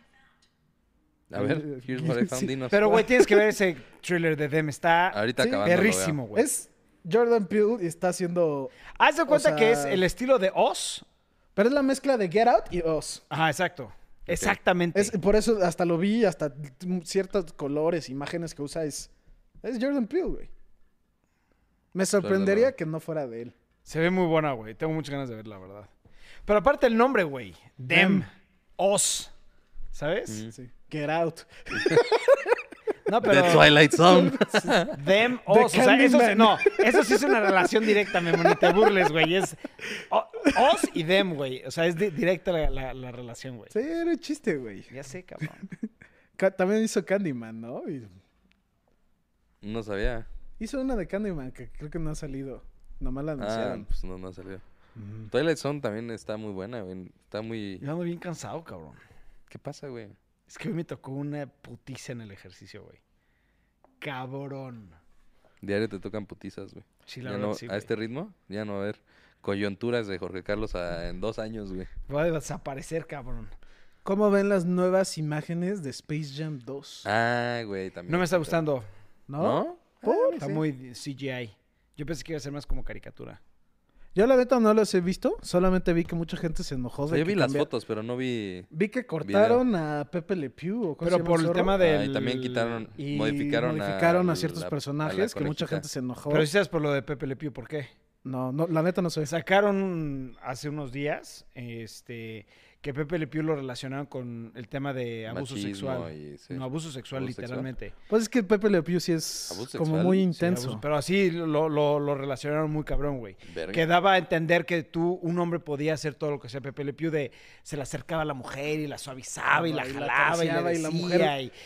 S1: A ver, here's what I found,
S2: Sí.
S1: dinos.
S3: Pero, güey, tienes que ver ese thriller de Dem. Está
S1: Ahorita
S2: sí,
S1: acabando. lo veo.
S3: perrísimo, güey.
S2: Es Jordan Peele y está haciendo.
S3: Haz de cuenta
S2: o sea-
S3: que es el estilo de Oz.
S2: Pero es la mezcla de Get Out y Oz.
S3: Ajá, exacto. Exactamente.
S2: Es, por eso hasta lo vi, hasta ciertos colores, imágenes que usa es. Es Jordan Peele, güey. Me sorprendería
S1: verdad.
S2: que no fuera de él.
S3: Se ve muy buena, güey. Tengo muchas ganas de verla, la verdad. Pero aparte el nombre, güey. Dem.
S2: Dem.
S3: Oz. ¿Sabes?
S2: Sí. Get Out.
S3: No,
S1: The Twilight Zone.
S3: Them Oz. O sea, eso sí,
S2: Candyman.
S3: no, eso sí es una relación directa, Memo, ni te burles, güey. Es o- Oz y Them, güey. O sea, es di- directa la, la- la relación, güey.
S2: Sí, era un chiste, güey.
S3: Ya sé, cabrón.
S2: Ca- También hizo Candyman, ¿no? Y-
S1: no sabía.
S2: hizo una de Candyman que creo que no ha salido. Nomás la
S1: Ah,
S2: anunciaron.
S1: pues no, no salió. Twilight Zone también está muy buena, güey. Está muy...
S3: Yo ando bien cansado, cabrón.
S1: ¿Qué pasa, güey?
S3: Es que hoy me tocó una putiza en el ejercicio, güey. Cabrón.
S1: Diario te tocan putizas, güey.
S3: Sí, la
S1: Ya
S3: verdad,
S1: no-
S3: sí,
S1: a
S3: güey.
S1: este ritmo, ya no va a haber coyunturas de Jorge Carlos a- en dos años, güey.
S3: Va a desaparecer, cabrón.
S2: ¿Cómo ven las nuevas imágenes de Space Jam 2?
S1: Ah, güey, también.
S3: No me está gustando.
S2: ¿No?
S1: ¿No? Ah,
S2: ¿Por?
S3: Está
S2: Sí.
S3: muy CGI. Yo pensé que iba a ser más como caricatura.
S2: Yo la neta no los he visto, solamente vi que mucha gente se enojó
S1: O
S2: de
S1: sea, yo
S2: que
S1: vi las
S2: cambiaron.
S1: fotos, pero no vi...
S2: Vi que cortaron a Pepe Le Pew o cómo se
S3: Pero
S2: llama
S3: por el
S2: zorro,
S3: tema del...
S1: Ah, y también quitaron,
S2: y
S1: modificaron,
S2: modificaron a,
S1: al-
S2: ciertos
S1: la- a la
S2: personajes que mucha
S1: conejita.
S2: gente se enojó.
S3: Pero si sabes por lo de Pepe Le Pew, ¿por qué?
S2: No, no, la neta no sé.
S3: Sacaron hace unos días este, que Pepe Le Pew lo relacionaron con el tema de abuso
S1: Machismo
S3: sexual.
S1: y- sí.
S3: No, abuso sexual,
S1: Abuso sexual.
S3: literalmente.
S2: Pues es que Pepe Le Pew sí es
S1: ¿Abuso
S2: como
S1: sexual?
S2: muy
S1: Sí,
S3: Sí,
S2: intenso.
S3: abuso, pero así lo, lo- lo relacionaron muy cabrón, güey.
S1: Verga.
S3: Que daba a entender que tú, un hombre, podía hacer todo lo que hacía Pepe Le Pew de se le acercaba a la mujer y la suavizaba y la
S2: Y la
S3: jalaba y, la
S2: acariciaba
S3: decía, y la mujer,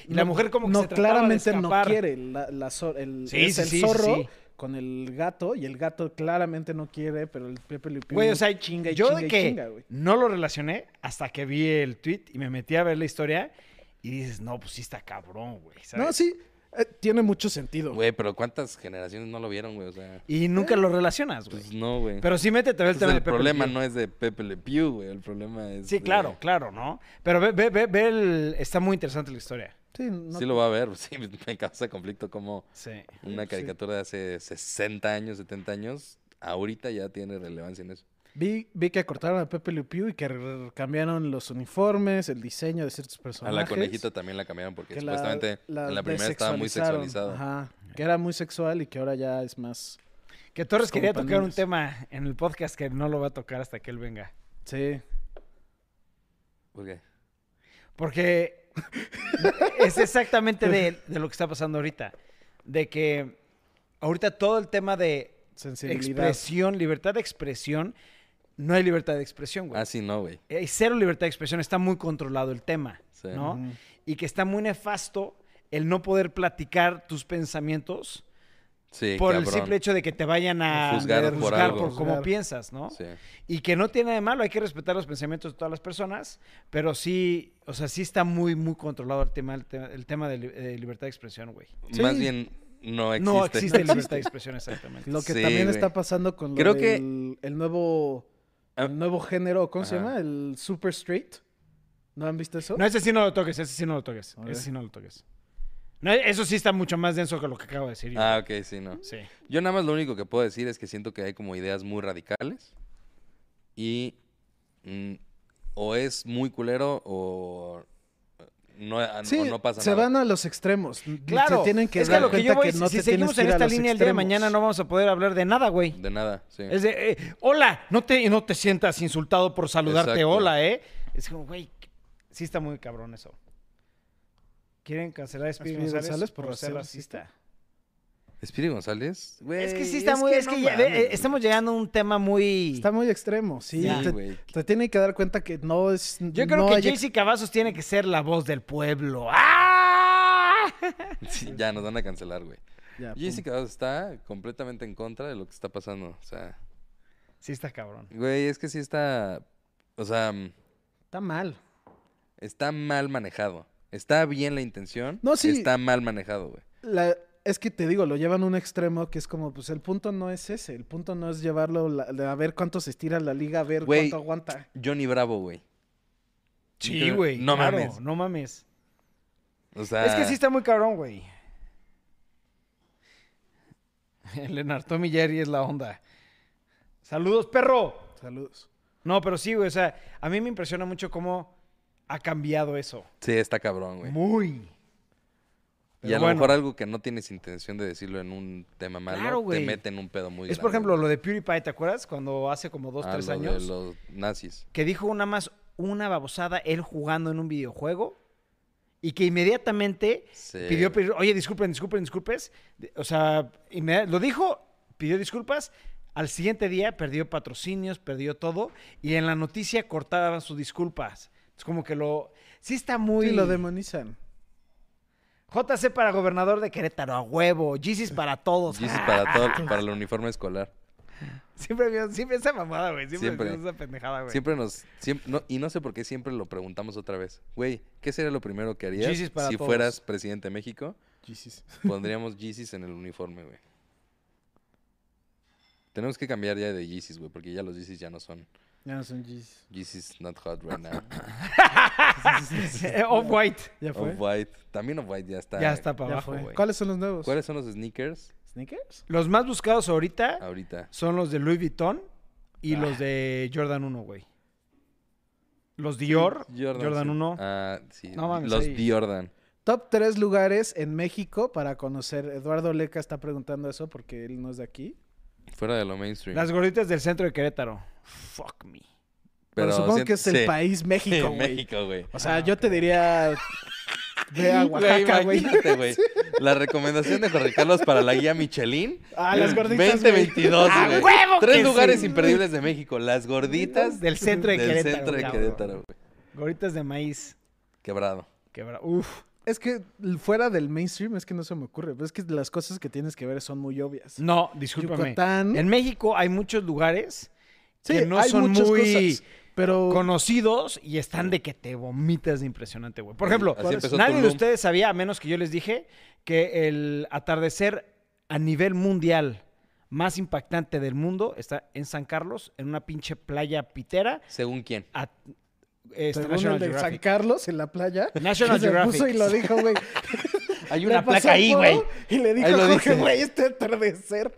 S3: y, la
S2: No,
S3: mujer como que
S2: no,
S3: se trataba de
S2: claramente no
S3: escapar.
S2: quiere la- la zor- el,
S3: Sí,
S2: es
S3: sí,
S2: el
S3: sí, sí,
S2: zorro
S3: sí.
S2: con el gato y el gato claramente no quiere, pero el Pepe Le Pew
S3: Güey, o sea,
S2: chinga y
S3: yo
S2: chinga
S3: de
S2: y
S3: que
S2: chinga, güey.
S3: no lo relacioné hasta que vi el tweet y me metí a ver la historia y dices, no, pues sí está cabrón, güey. ¿sabes?
S2: No, sí, eh, tiene mucho sentido.
S1: Güey, pero ¿cuántas generaciones no lo vieron, güey? O sea,
S3: Y nunca lo relacionas, güey.
S1: pues no, güey.
S3: Pero sí métete a ver el
S1: Entonces,
S3: tema de
S1: el
S3: Este Pepe Le
S1: problema
S3: Pew.
S1: no es de Pepe Le Pew, güey. El problema es...
S3: Sí,
S1: de-
S3: claro, claro, ¿no? Pero ve, ve, ve, ve el... Está muy interesante la historia.
S2: Sí, no-
S1: Sí lo va a ver. Sí, me causa conflicto como
S3: Sí.
S1: una
S2: Sí.
S1: caricatura de hace 60 años, 70 años. Ahorita ya tiene relevancia en eso.
S2: vi, vi que cortaron a Pepe Le Pew y que re- cambiaron los uniformes, el diseño de ciertos
S1: A
S2: personajes.
S1: la conejita también la cambiaron porque
S2: que la-
S1: supuestamente en la primera estaba muy
S2: desexualizaron.
S1: sexualizado.
S2: Ajá, que era muy sexual y que ahora ya es más...
S3: Que Torres
S2: Es como
S3: quería
S2: para
S3: tocar un
S2: niños.
S3: tema en el podcast que no lo va a tocar hasta que él venga.
S2: Sí.
S1: ¿Por qué?
S3: Porque es exactamente de, de lo que está pasando ahorita. De que ahorita todo el tema de
S2: Sensibilidad.
S3: expresión, libertad de expresión, no hay libertad de expresión, güey.
S1: Ah, sí, no, güey.
S3: Hay cero libertad de expresión, está muy controlado el tema,
S1: Sí.
S3: ¿no?
S2: Ujú.
S3: Y que está muy nefasto el no poder platicar tus pensamientos
S1: Sí,
S3: por el
S1: cabrón.
S3: simple hecho de que te vayan a
S1: Juzgar por algo.
S3: cómo
S2: Juzgar.
S3: piensas, ¿no?
S1: Sí.
S3: Y que no tiene nada de malo, hay que respetar los pensamientos de todas las personas, pero sí, o sea, sí está muy, muy controlado el tema, el tema, el tema de, li- de libertad de expresión, güey.
S2: Sí.
S1: Más bien, no existe.
S3: No existe libertad de expresión, exactamente.
S2: Lo que
S1: Sí,
S2: también
S1: güey.
S2: está pasando con lo
S1: Creo que-
S2: del- el nuevo
S1: Ah.
S2: el nuevo género, ¿cómo se
S1: Ajá.
S2: llama? El super straight. ¿No han visto eso?
S3: No, ese sí no lo toques, ese sí no lo toques,
S2: A ver.
S3: ese sí no lo toques. No, eso sí está mucho más denso que lo que acabo de decir. yo.
S1: Ah, ok, sí, no.
S3: Sí.
S1: Yo nada más lo único que puedo decir es que siento que hay como ideas muy radicales y mm, o es muy culero o no, o
S2: Sí,
S1: no pasa
S2: se
S1: nada.
S2: van a los extremos.
S3: Claro,
S2: Se tienen que
S3: es que
S2: dar
S3: lo que
S2: cuenta
S3: yo voy,
S2: que no
S3: si
S2: te
S3: seguimos
S2: tienes que
S3: en
S2: ir a
S3: esta
S2: los
S3: línea el día de
S2: extremos.
S3: mañana no vamos a poder hablar de nada, güey.
S1: De nada, sí.
S3: Es de, eh, hola, no te, no te sientas insultado por saludarte,
S1: Exacto.
S3: hola, ¿eh? Es como, güey, sí está muy cabrón eso. ¿Quieren cancelar a Speedy
S2: Speedy
S3: González,
S2: González
S3: por,
S2: por
S3: ser
S2: ser
S3: racista?
S1: ¿Espiri González? Güey,
S3: Es que sí está muy, es que
S1: no
S3: ya- ve,
S1: mames,
S3: eh, estamos llegando a un tema muy...
S2: Está muy extremo, sí.
S1: Sí,
S2: te,
S1: güey.
S2: te tienen que dar cuenta que no es.
S3: Yo creo
S2: no
S3: que
S2: hay ex-
S3: Jaycee Cavazos tiene que ser la voz del pueblo. ¡Ah!
S1: güey. Sí, ya nos van a cancelar, güey.
S2: Ya, Ah, pum.
S1: Jessica Dawes está completamente en contra de lo que está pasando. O sea,
S3: Sí está cabrón.
S1: güey, es que sí está. O sea, mm,
S2: Está mal.
S1: está mal manejado. Está bien la intención.
S2: No, sí.
S1: Está mal manejado, güey.
S2: La- es que te digo, lo llevan a un extremo que es como, pues el punto no es ese. El punto no es llevarlo la- de a ver cuánto se estira la liga, a ver
S1: Güey.
S2: cuánto aguanta.
S1: Johnny Bravo, güey.
S3: Sí, güey.
S1: No
S3: claro,
S1: mames. Ah.
S3: No mames.
S1: O sea.
S3: Es que sí está muy cabrón, güey. Leonard Tommy Jerry es la onda. Saludos, perro.
S2: Saludos.
S3: No, pero sí, güey. O sea, a mí me impresiona mucho cómo ha cambiado eso.
S1: Sí, está cabrón, güey.
S3: Muy.
S1: Y a
S3: Pero
S1: lo
S3: bueno.
S1: mejor algo que no tienes intención de decirlo en un tema malo,
S3: Claro,
S1: te
S3: güey.
S1: mete en un pedo muy
S3: Es
S1: grande.
S3: por ejemplo lo de PewDiePie, ¿te acuerdas? Cuando hace como dos,
S1: Ah,
S3: tres
S1: lo de
S3: años.
S1: los nazis.
S3: que dijo una más una babosada él jugando en un videojuego y que inmediatamente
S1: Sí,
S3: pidió,
S1: güey.
S3: pedir, oye, disculpen, disculpen, disculpes. De- O sea, inmedi- lo dijo, pidió disculpas. Al siguiente día perdió patrocinios, perdió todo. Y en la noticia cortaban sus disculpas. Es como que lo... Sí está muy...
S2: Sí, lo demonizan.
S3: JC para gobernador de Querétaro, a huevo. Jesus para todos.
S1: Jesus para todo,
S3: Ah,
S1: para el uniforme escolar.
S3: Siempre, vio- siempre esa mamada, güey. Siempre,
S1: Siempre.
S3: vio esa pendejada, güey.
S1: Siempre nos. siempre- no, y no sé por qué siempre lo preguntamos otra vez. Güey, ¿qué sería lo primero que harías
S3: Yeezys para
S1: si
S3: todos.
S1: fueras presidente de México?
S2: Jesus.
S1: Pondríamos Yeezys en el uniforme, güey. Tenemos que cambiar ya de Yeezys, güey, porque ya los Yeezys ya no son.
S2: Ya no son Jesus.
S1: Yeezys not hot right now.
S3: Eh, Off-white.
S2: Ya fue.
S1: Off White. También Off White Oh, ya está.
S3: Ya está para
S2: Ya
S3: abajo,
S2: fue.
S3: güey.
S2: ¿Cuáles son los nuevos?
S1: ¿Cuáles son los sneakers
S2: ¿Sneakers?
S3: Los más buscados ahorita
S1: ahorita?
S3: son los de Louis Vuitton y
S1: Ah.
S3: los de Jordan 1, güey. Los Dior, Jordan,
S1: sí.
S3: 1.
S1: Ah, sí.
S3: No mames,
S1: los
S3: sí.
S1: Diordan.
S2: Top tres lugares en México para conocer. Eduardo Leca está preguntando eso porque él no es de aquí.
S1: Fuera de lo mainstream.
S3: Las gorditas del centro de Querétaro. Fuck me.
S2: Pero, supongo que es el
S1: sí,
S2: país México, güey.
S1: México, Ah, güey.
S2: O sea, yo te diría. Ve a
S1: Güey,
S2: Oaxaca, güey.
S1: imagínate, güey. La recomendación de Jorge Carlos para la guía Michelin.
S2: Ah, las gorditas. güey.
S1: 2022,
S3: ¡A
S1: güey.
S3: huevo que
S1: Tres
S3: sí!
S1: lugares imperdibles de México. Las gorditas
S3: Del centro de
S1: del
S3: Querétaro.
S1: centro de
S3: cabrón.
S1: Querétaro, güey.
S3: Gorditas de maíz.
S1: Quebrado.
S3: Quebra. Uf.
S2: Es que fuera del mainstream es que no se me ocurre. pero Es que las cosas que tienes que ver son muy obvias.
S3: No, discúlpame.
S2: Yucatán.
S3: En México hay muchos lugares
S2: Sí,
S3: que no
S2: hay
S3: son
S2: muchas
S3: muy
S2: cosas, pero
S3: conocidos y están de que te vomitas de impresionante, güey. Por ejemplo,
S1: Así empezó
S3: nadie de
S1: Tulum.
S3: ustedes sabía, a menos que yo les dije, que el atardecer a nivel mundial más impactante del mundo está en San Carlos, en una pinche playa pitera.
S1: Según quién.
S3: a- es
S2: según
S3: National
S2: el de San
S3: Geographic.
S2: Carlos en la playa.
S3: National
S2: que se
S3: Geographic.
S2: puso y lo dijo, güey.
S1: Hay
S2: Le pasó por Y le dijo,
S1: Ahí lo
S2: a Jorge,
S1: dice.
S2: güey, este atardecer.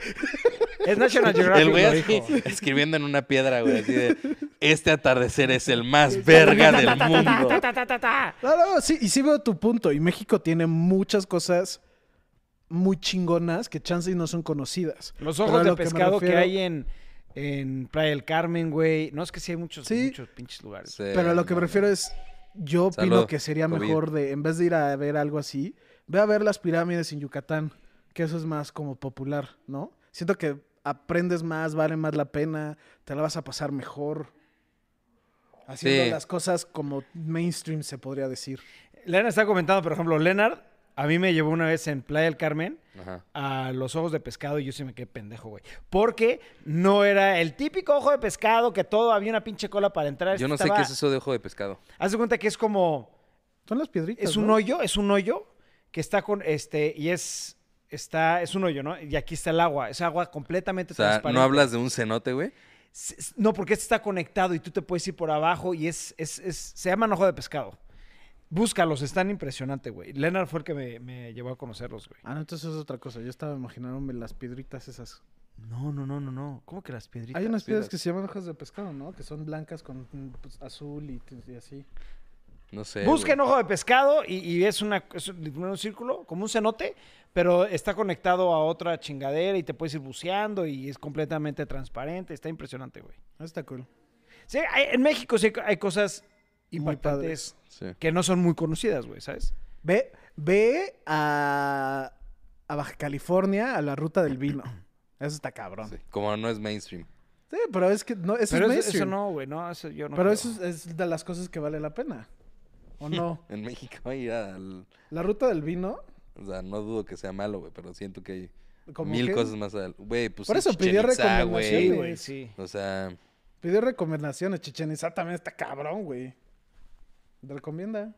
S3: Es National Geographic.
S1: El güey
S3: lo
S1: así,
S3: dijo.
S1: escribiendo en una piedra, güey, así de, este atardecer es el más verga del mundo.
S2: No, no, sí, y sí veo tu punto. Y México tiene muchas cosas muy chingonas que chances no son conocidas.
S3: Los
S2: Pero
S3: ojos
S2: a
S3: de
S2: lo que me
S3: pescado que,
S2: refiero-
S3: hay en, en Playa del Carmen, güey. No, es que sí hay muchos,
S2: Sí.
S3: muchos pinches lugares.
S1: Sí,
S2: Pero a lo que
S1: no,
S2: me refiero es, yo opino
S1: Salud,
S2: que sería
S1: COVID.
S2: mejor de, en vez de ir a ver algo así, ve a ver las pirámides en Yucatán, que eso es más como popular, ¿no? Siento que aprendes más, vale más la pena, te la vas a pasar mejor. Haciendo
S1: Sí.
S2: las cosas como mainstream, se podría decir.
S3: Leonard está comentando, por ejemplo, Leonard, a mí me llevó una vez en Playa del Carmen
S1: Ajá.
S3: a los ojos de pescado y yo sí me quedé pendejo, güey. Porque no era el típico ojo de pescado que todo había una pinche cola para entrar.
S1: Yo no sé
S3: Estaba-
S1: qué es eso de ojo de pescado.
S3: Haz de cuenta que es como.
S2: Son las piedritas.
S3: Es un
S2: ¿no?
S3: hoyo, es un hoyo que está con este. Y es. Está, es un hoyo, ¿no? Y aquí está el agua. Es agua completamente
S1: O sea,
S3: transparente.
S1: no hablas de un cenote, güey.
S3: S- s- No, porque este está conectado y tú te puedes ir por abajo y es, es, es- se llaman ojo de pescado. Búscalos, están impresionantes, güey. Leonard fue el que me, me llevó a conocerlos, güey.
S2: Ah, no, entonces es otra cosa. Yo estaba imaginándome las piedritas esas.
S3: No, no, no, no, no. ¿Cómo que las piedritas?
S2: Hay unas piedras
S1: piedras.
S2: que se llaman hojas de pescado, ¿no? Que son blancas con mm, pues, azul y, y así.
S1: No sé. güey.
S3: Busquen ojo de pescado y, y es, una, es un un círculo, como un cenote, pero está conectado a otra chingadera y te puedes ir buceando y es completamente transparente. Está impresionante, güey.
S2: Ah, Está cool.
S3: Sí, hay- en México sí hay cosas
S2: Muy
S3: impactantes
S1: Sí.
S3: que no son muy conocidas, güey, ¿sabes?
S2: Ve, ve a, a Baja California a la ruta del vino. Eso está cabrón.
S1: Sí,
S2: Sí,
S1: Como no es mainstream.
S2: pero es que no, eso
S3: Pero eso, eso
S2: es mainstream.
S3: no, güey, no, eso yo no.
S2: pero
S3: creo.
S2: eso es, es de las cosas que vale la pena. ¿O no?
S1: En México ir al...
S2: La ruta del vino.
S1: O sea, no dudo que sea malo, güey, pero siento que hay
S2: Como
S1: mil
S2: que
S1: cosas más al... Güey, pues
S2: Por
S1: sí,
S2: eso
S1: Chichén
S2: pidió
S1: Itzá,
S3: Sí,
S2: recomendaciones.
S3: güey, sí.
S1: O sea,
S2: Pidió recomendaciones, Chichen Itzá también está cabrón, güey. Recomienda.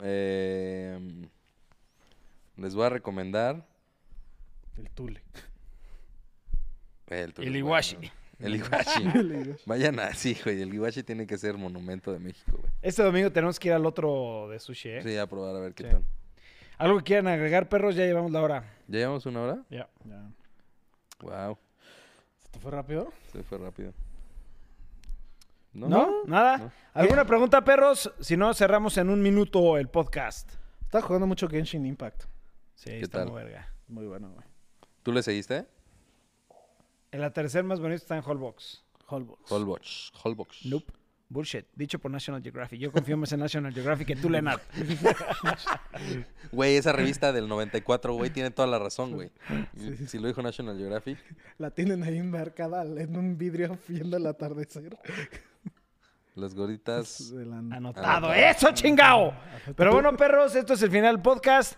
S1: eh, les voy a recomendar
S2: El Tule.
S1: el,
S3: El Iguashi.
S1: El Iguashi.
S2: El Iguashi.
S1: Vayan a, sí, güey, el Iguashi tiene que ser monumento de México, güey.
S3: Este domingo tenemos que ir al otro de sushi, ¿eh?
S1: Sí, a probar a ver qué
S3: Sí.
S1: tal.
S3: Algo que quieran agregar, perros, ya llevamos la hora.
S1: ¿Ya llevamos una hora?
S3: Ya.
S2: Ya.
S1: Wow,
S2: ¿Se te fue rápido?
S1: se fue rápido.
S3: ¿No? ¿Nada?
S1: No.
S3: ¿Alguna pregunta, perros? Si no, cerramos en un minuto el podcast.
S2: Estaba jugando mucho Genshin Impact.
S3: Sí,
S1: ¿Qué
S3: está
S1: tal?
S3: muy verga.
S2: Muy bueno, güey.
S1: ¿Tú le seguiste?
S3: En la tercera más bonita está en Holbox.
S2: Holbox.
S1: Holbox. Holbox.
S3: Nope. Bullshit. Dicho por National Geographic. Yo confío más en National Geographic que tú, Leonard.
S1: Güey, esa revista del 94, güey, tiene toda la razón, güey. Si lo dijo National Geographic.
S2: La tienen ahí enmarcada en un vidrio viendo el atardecer.
S1: Las gorditas.
S2: De la-
S3: Anotado. ¡Eso, chingao! Pero bueno, perros, esto es el final del podcast.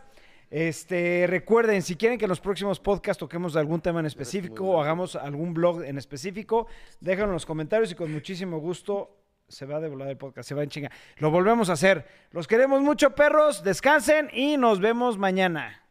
S3: Este, recuerden, si quieren que en los próximos podcasts toquemos de algún tema en específico o hagamos algún blog en específico, déjenlo en los comentarios y con muchísimo gusto se va a devolver el podcast, se va en chinga. Lo volvemos a hacer. Los queremos mucho, perros. Descansen y nos vemos mañana.